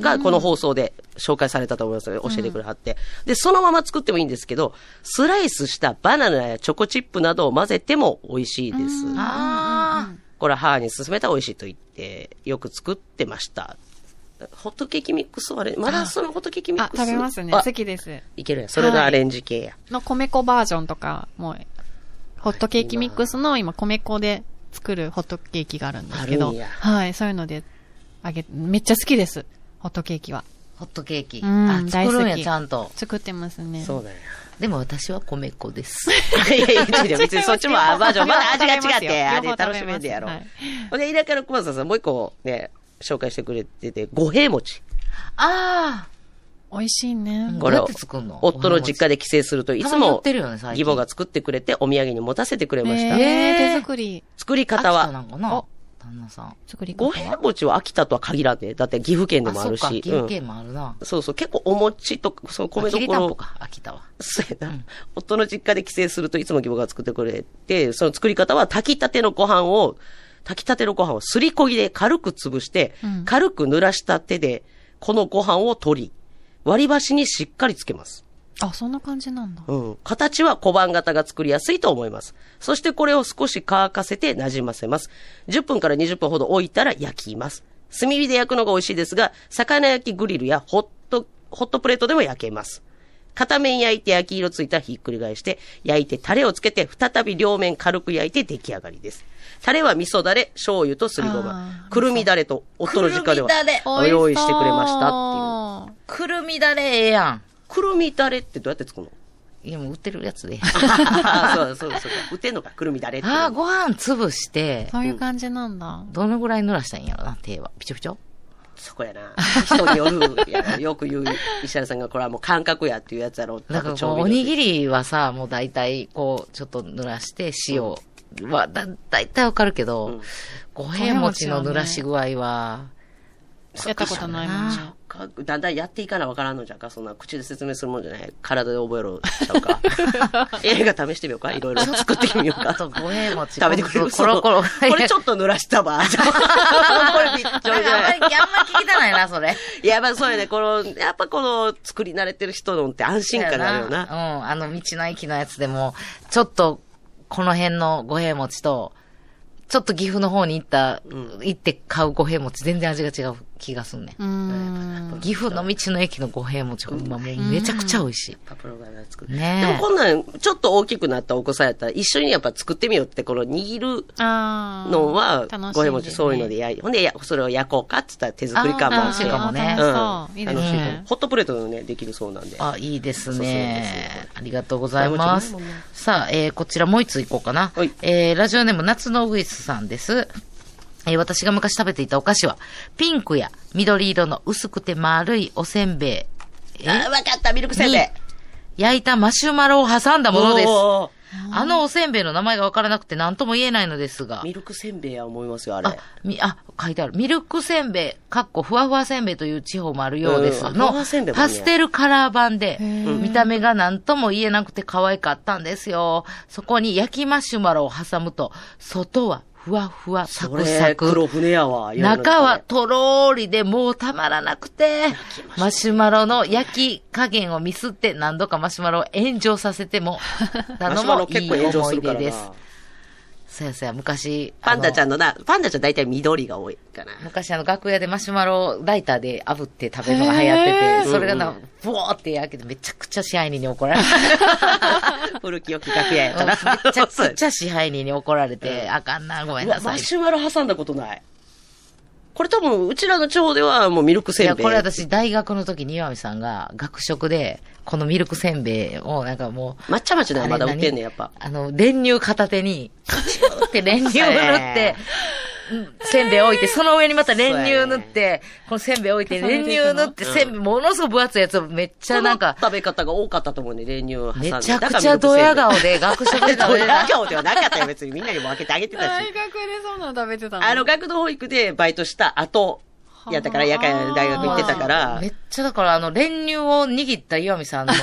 Speaker 3: がこの放送で紹介されたと思いますので、教えてくれはって。で、そのまま作ってもいいんですけど、スライスしたバナナやチョコチップなどを混ぜても美味しいです。
Speaker 4: あ
Speaker 3: これは母に勧めたら美味しいと言って、よく作ってました。ホットケーキミックスはあれ、まだそのホットケーキミッ
Speaker 5: あ、
Speaker 3: クス
Speaker 5: 食べますね。
Speaker 3: あ
Speaker 5: 好きです。
Speaker 3: いけるやん。それがアレンジ系や。
Speaker 5: の米粉バージョンとか、もう、ホットケーキミックスの今米粉で作るホットケーキがあるんですけ
Speaker 3: あ
Speaker 5: ど
Speaker 3: るん、や
Speaker 5: はい、そういうので、あげ、めっちゃ好きです。ホットケーキは。
Speaker 4: ー、ホットケーキ。
Speaker 5: うん
Speaker 4: あ、
Speaker 5: 大
Speaker 4: 作
Speaker 5: 好き
Speaker 4: るんや、ちゃんと。
Speaker 5: 作ってますね。
Speaker 3: そうだよ。
Speaker 4: でも私は米粉です。
Speaker 3: いやいや、いや別にそっちも、あ、バージョン、まだ味が違って、あれ
Speaker 5: 両方食べますよ
Speaker 3: 楽しめんでやろ
Speaker 5: 両方食べま。
Speaker 3: ほんで、田舎の熊田さん、もう一個ね、紹介してくれてて、五平餅。
Speaker 4: あ
Speaker 5: 美味しいね。
Speaker 4: うん
Speaker 3: これ
Speaker 4: どうや
Speaker 3: を
Speaker 4: って作んの、
Speaker 3: 夫の実家で帰省すると、いつ
Speaker 4: たまに売
Speaker 3: も
Speaker 4: っ、てるよね最近
Speaker 3: 義母が作ってくれて、お土産に持たせてくれまし
Speaker 5: え
Speaker 3: た。
Speaker 5: ー、
Speaker 4: えー
Speaker 5: 手作り。
Speaker 3: 作り
Speaker 4: あ。
Speaker 3: 方
Speaker 4: 秋田な
Speaker 3: は、
Speaker 4: んかな
Speaker 5: お
Speaker 4: 旦那さん。
Speaker 5: 作り方
Speaker 3: 五
Speaker 5: は
Speaker 3: 平餅は秋田とは限らんで、だって岐阜県で
Speaker 4: あ、
Speaker 3: もあ
Speaker 4: そ
Speaker 3: る
Speaker 4: っか、
Speaker 3: し
Speaker 4: 岐。
Speaker 3: う
Speaker 4: 阜
Speaker 3: ん
Speaker 4: 県もあるな。
Speaker 3: そうそう、結構お餅とか、その米
Speaker 4: あき
Speaker 3: ど
Speaker 4: り
Speaker 3: こ
Speaker 4: たんぽ
Speaker 3: ろ、
Speaker 4: か、秋田は。
Speaker 3: そうやな、夫の実家で帰省するといつも義母が作ってくれて、その作り方は炊きたてのご飯を、炊きたてのご飯をすりこぎで軽く潰して、
Speaker 5: うん
Speaker 3: 軽く濡らした手で、このご飯を取り、割り箸にしっかりつけます。
Speaker 5: あ、そんな感じなんだ。
Speaker 3: うん。形は小判型が作りやすいと思います。そしてこれを少し乾かせて馴染ませます。10分から20分ほど置いたら焼きます。炭火で焼くのが美味しいですが、魚焼きグリルやホット、ホットプレートでも焼けます。片面焼いて焼き色ついたらひっくり返して、焼いてタレをつけて、再び両面軽く焼いて出来上がりです。タレは味噌だれ、醤油とすりごま
Speaker 5: あ、ー
Speaker 3: くるみだれと夫の実家では
Speaker 4: くるみだれ
Speaker 3: ご用意してくれましたっていう。
Speaker 5: っていう。
Speaker 4: くるみだれええや
Speaker 3: くるみだれってどうやって作るの
Speaker 4: ん。いや、もう売ってるやつ で。
Speaker 3: あそうそうそう。打てんのか、くるみだれっていう。
Speaker 4: ああ、ご飯潰して、
Speaker 5: そういう感じなんだ。
Speaker 4: どのぐらい濡らしたらいいんやろな、手は。ピチョピチョ
Speaker 3: そこやな。人によるや ろ。よく言う石原さんが、これはもう感覚やっていうやつやろ。
Speaker 4: だか
Speaker 3: あ
Speaker 4: ら
Speaker 3: と
Speaker 4: こ
Speaker 3: 調
Speaker 4: う、
Speaker 3: 味料
Speaker 4: おにぎりはさ、もう大体、こう、ちょっと濡らして、塩は、だ、大体わかるけど、五平餅の濡らし具合は、
Speaker 5: やったことないもんじゃ。
Speaker 3: かだんだんやっていかなわからんのじゃんか。そんな口で説明するもんじゃない。体で覚えろちゃう か。映画試してみようか。いろいろ作ってみよう
Speaker 4: あ
Speaker 3: か。
Speaker 4: と五平餅。
Speaker 3: 食べてくれる
Speaker 4: コロコロ。
Speaker 3: そうこれちょっと濡らした わ。これびっちょ
Speaker 4: あ
Speaker 3: び
Speaker 4: ん
Speaker 3: ちょ
Speaker 4: まり、あんまり聞きたないな、それ。
Speaker 3: いや、やっぱそうやね。この、やっぱこの作り慣れてる人のって安心感があるよな。
Speaker 4: うん、あの、道の駅のやつでも、ちょっと、この辺の五平餅と、ちょっと岐阜の方に行った、行って買う五平餅、全然味が違う気がすんね
Speaker 5: うーん。
Speaker 4: ん。岐阜の道の駅の五平餅、ほんまもうめちゃくちゃ美味しい。
Speaker 3: パプロが作る。
Speaker 4: ねえ
Speaker 3: でもこんなん、ちょっと大きくなったお子さんやったら、一緒にやっぱ作ってみようって、この握る
Speaker 5: ああ。
Speaker 3: のは、
Speaker 5: 楽しい
Speaker 3: ご
Speaker 5: ね
Speaker 3: へもちそういうのでやい、ほんでや、それを焼こうかって言ったら手作り感もあ
Speaker 4: 楽
Speaker 3: っ
Speaker 4: しい
Speaker 3: て。
Speaker 4: かもね
Speaker 5: あー楽しそう。いいです
Speaker 3: 楽しいと思
Speaker 5: ね
Speaker 3: う。ホットプレートのね、できるそうなんで。
Speaker 4: あ、いいです
Speaker 3: そうそうです
Speaker 4: ね。ありがとうございます
Speaker 3: これもちょっとね。
Speaker 4: さあ、えーこちらもう一ついこうかな。
Speaker 3: はい
Speaker 4: えーラジオネーム夏のウグイスさんです。えー私が昔食べていたお菓子は、ピンクや緑色の薄くて丸いおせんべい。え
Speaker 3: あ、わかった、ミルクせんべい
Speaker 4: に。焼いたマシュマロを挟んだものです。
Speaker 3: おー
Speaker 4: あのおせんべいの名前がわからなくて何とも言えないのですが。
Speaker 3: ミルクせんべいや思いますよ、あれ。
Speaker 4: あ、み、あ、書いてある。ミルクせんべい、かっこふわふわせんべいという地方もあるようです
Speaker 3: うん
Speaker 4: の、
Speaker 3: ふわふわせんべいもね
Speaker 4: パステルカラー版で、
Speaker 5: ー
Speaker 4: 見た目が何とも言えなくて可愛かったんですよ。そこに焼きマシュマロを挟むと、外はふわふわサ
Speaker 3: そ
Speaker 4: ク
Speaker 3: れ、
Speaker 4: サ
Speaker 3: 黒
Speaker 4: ク。
Speaker 3: 船やわ。世の
Speaker 4: 中は
Speaker 3: ね
Speaker 4: とろーりでもうたまらなくて、マシュマロの焼き加減をミスって何度かマシュマロを炎上させて も、た
Speaker 3: マ
Speaker 4: の
Speaker 3: シュマ
Speaker 4: も
Speaker 3: ロ
Speaker 4: い
Speaker 3: 結構炎
Speaker 4: い
Speaker 3: 上
Speaker 4: 思
Speaker 3: す
Speaker 4: い
Speaker 3: るか
Speaker 4: 出
Speaker 3: ら
Speaker 4: で
Speaker 3: な
Speaker 4: す。。そうやそうや、昔。
Speaker 3: パンダちゃ
Speaker 4: ん
Speaker 3: んのな、パンダちゃん大体緑が多い かな。
Speaker 4: 昔あの楽屋でマシュマロをライターで炙って食べるのが流行ってて、それがな、ボーって焼けてめちゃくちゃ支配人に怒ら れて、
Speaker 3: 古き良き楽屋や
Speaker 4: め
Speaker 3: から。
Speaker 4: ちゃくちゃ支配人に怒られて、あかんな、ごめん
Speaker 3: う
Speaker 4: な
Speaker 3: わ
Speaker 4: さ
Speaker 3: マ
Speaker 4: い。
Speaker 3: シュマロ挟んだことない。これ多分、うちらの地方ではもうミルク
Speaker 4: い
Speaker 3: せんべい。
Speaker 4: や、これ私、大学の時に岩見さんが学食で、このミルクせんべいを、なんかもう、
Speaker 3: 抹茶町ではまだ
Speaker 4: あれ
Speaker 3: 売
Speaker 4: 何
Speaker 3: ってんねんやっぱ。
Speaker 4: あの、練乳片手 に、チューって練乳を塗って、うんせんべい置いて、その上にまた練乳塗って、このせんべい置いて、練乳塗って、せんべい、ものすごく分厚いやつをめっちゃなんか
Speaker 3: そ、の食べ方が多かったと思うね、練乳を挟んで。
Speaker 4: めちゃくちゃドヤ顔で、学食で
Speaker 3: だから
Speaker 4: 食べ
Speaker 3: ミ ルクせん
Speaker 4: て
Speaker 3: べい。ドヤ
Speaker 4: た。
Speaker 3: 顔ではなかったよ、別にみんなにも分けてあげてた
Speaker 5: 大
Speaker 3: し。
Speaker 5: 学でそんなの食べてたの
Speaker 3: あの、学童保育でバイトした後、やったから、夜間大学行ってたから
Speaker 4: め、っちゃだから、あの、練乳を握った岩見さんの、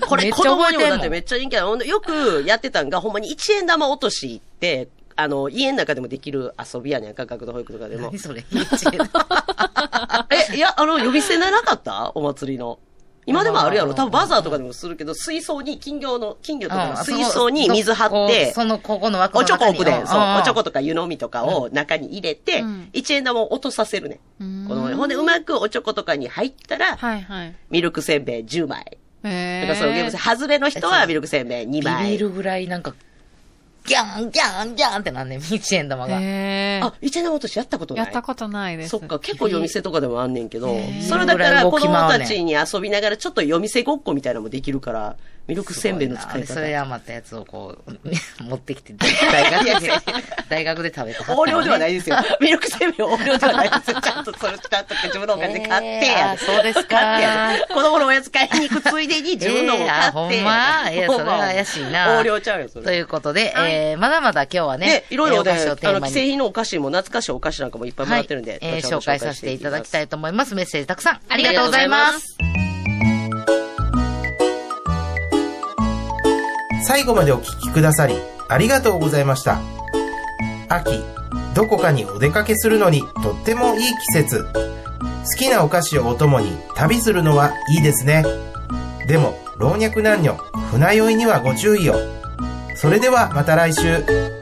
Speaker 3: これ
Speaker 4: めっ
Speaker 3: 子
Speaker 4: ちゃ
Speaker 3: 供
Speaker 4: 覚え
Speaker 3: にも
Speaker 4: て
Speaker 3: だ
Speaker 4: ん
Speaker 3: って
Speaker 4: も
Speaker 3: め
Speaker 4: ん。
Speaker 3: っちゃ人気やのほんでよくやってたんが、ほんまに1円玉落としって、あの、家の中でもできる遊びやねんか、学童保育とかでも
Speaker 4: 何。それ、1
Speaker 3: え、いや、あの、呼び捨てなかったお祭りの。今でもあるやろ。
Speaker 4: うん
Speaker 3: 多分バザーとかでもするけど、水槽に、金魚の、金魚とかの
Speaker 4: あそこ
Speaker 3: 水槽に水張って
Speaker 4: こう、その、ここの枠
Speaker 3: お
Speaker 4: の
Speaker 3: ちょ
Speaker 4: 中
Speaker 3: こ
Speaker 4: に
Speaker 3: 置くねん。そう。
Speaker 4: ん
Speaker 3: おちょことか湯飲みとかを中に入れて
Speaker 5: うん、
Speaker 3: 一円玉を落とさせるねん。
Speaker 5: うん
Speaker 3: このほんで、うまくおちょことかに入ったら、
Speaker 5: はいはい。
Speaker 3: ミルクせんべい10枚。だ
Speaker 5: ええ。
Speaker 3: からそのゲームせん、外れの人はミルクせんべい2
Speaker 4: ビビ
Speaker 3: 枚。
Speaker 4: るぐらいなんか、ギャン、ギャン、ギャンってなんねん、1円玉が。
Speaker 5: ええ
Speaker 3: あ、一円玉落としやったことな
Speaker 5: や
Speaker 3: い
Speaker 5: ったことないです。
Speaker 3: そっか、結構夜店とかでもあんねんけど、
Speaker 5: へー
Speaker 3: それだか
Speaker 4: いろ
Speaker 3: ら子
Speaker 4: いろ動き
Speaker 3: 供
Speaker 4: 回んねん
Speaker 3: たちに遊びながらちょっと夜店ごっこみたいなのもできるから、ミルクせんべいの使い
Speaker 4: それ
Speaker 3: 方。
Speaker 4: で余ったやつをこう、 持ってきて、大学 で、大学で食べた、。
Speaker 3: 横領ではな いいですよ。ミルクせんべい横領ではないですよ。ちゃんとそれ使っとか自分のお金で買って
Speaker 4: えー
Speaker 3: や
Speaker 4: あそうですか
Speaker 3: 買ってや子供のおやつ買いに行くついでに自分のも買って。
Speaker 4: えーあほんまえーそれは怪しいな
Speaker 3: 横領ちゃうよ、そ
Speaker 4: と
Speaker 3: れ。
Speaker 4: いうことで、えー、まだまだ今日はね
Speaker 3: で、、いろいろね、
Speaker 4: えーお菓子をテ
Speaker 3: あ
Speaker 4: ー
Speaker 3: の、
Speaker 4: マ
Speaker 3: 既
Speaker 4: に
Speaker 3: 製品のお菓子も懐かしいお菓子なんかもいっぱいもらってるんで、
Speaker 4: えー
Speaker 3: 後ほど
Speaker 4: 紹介させていただきた
Speaker 3: い。
Speaker 4: いと思います。メッセージたくさんありがとうございます。
Speaker 2: 最後までお聞きくださり、ありがとうございました。秋、どこかにお出かけするのにとってもいい季節。好きなお菓子をお供に旅するのはいいですね。でも老若男女船酔いにはご注意をそれではまた来週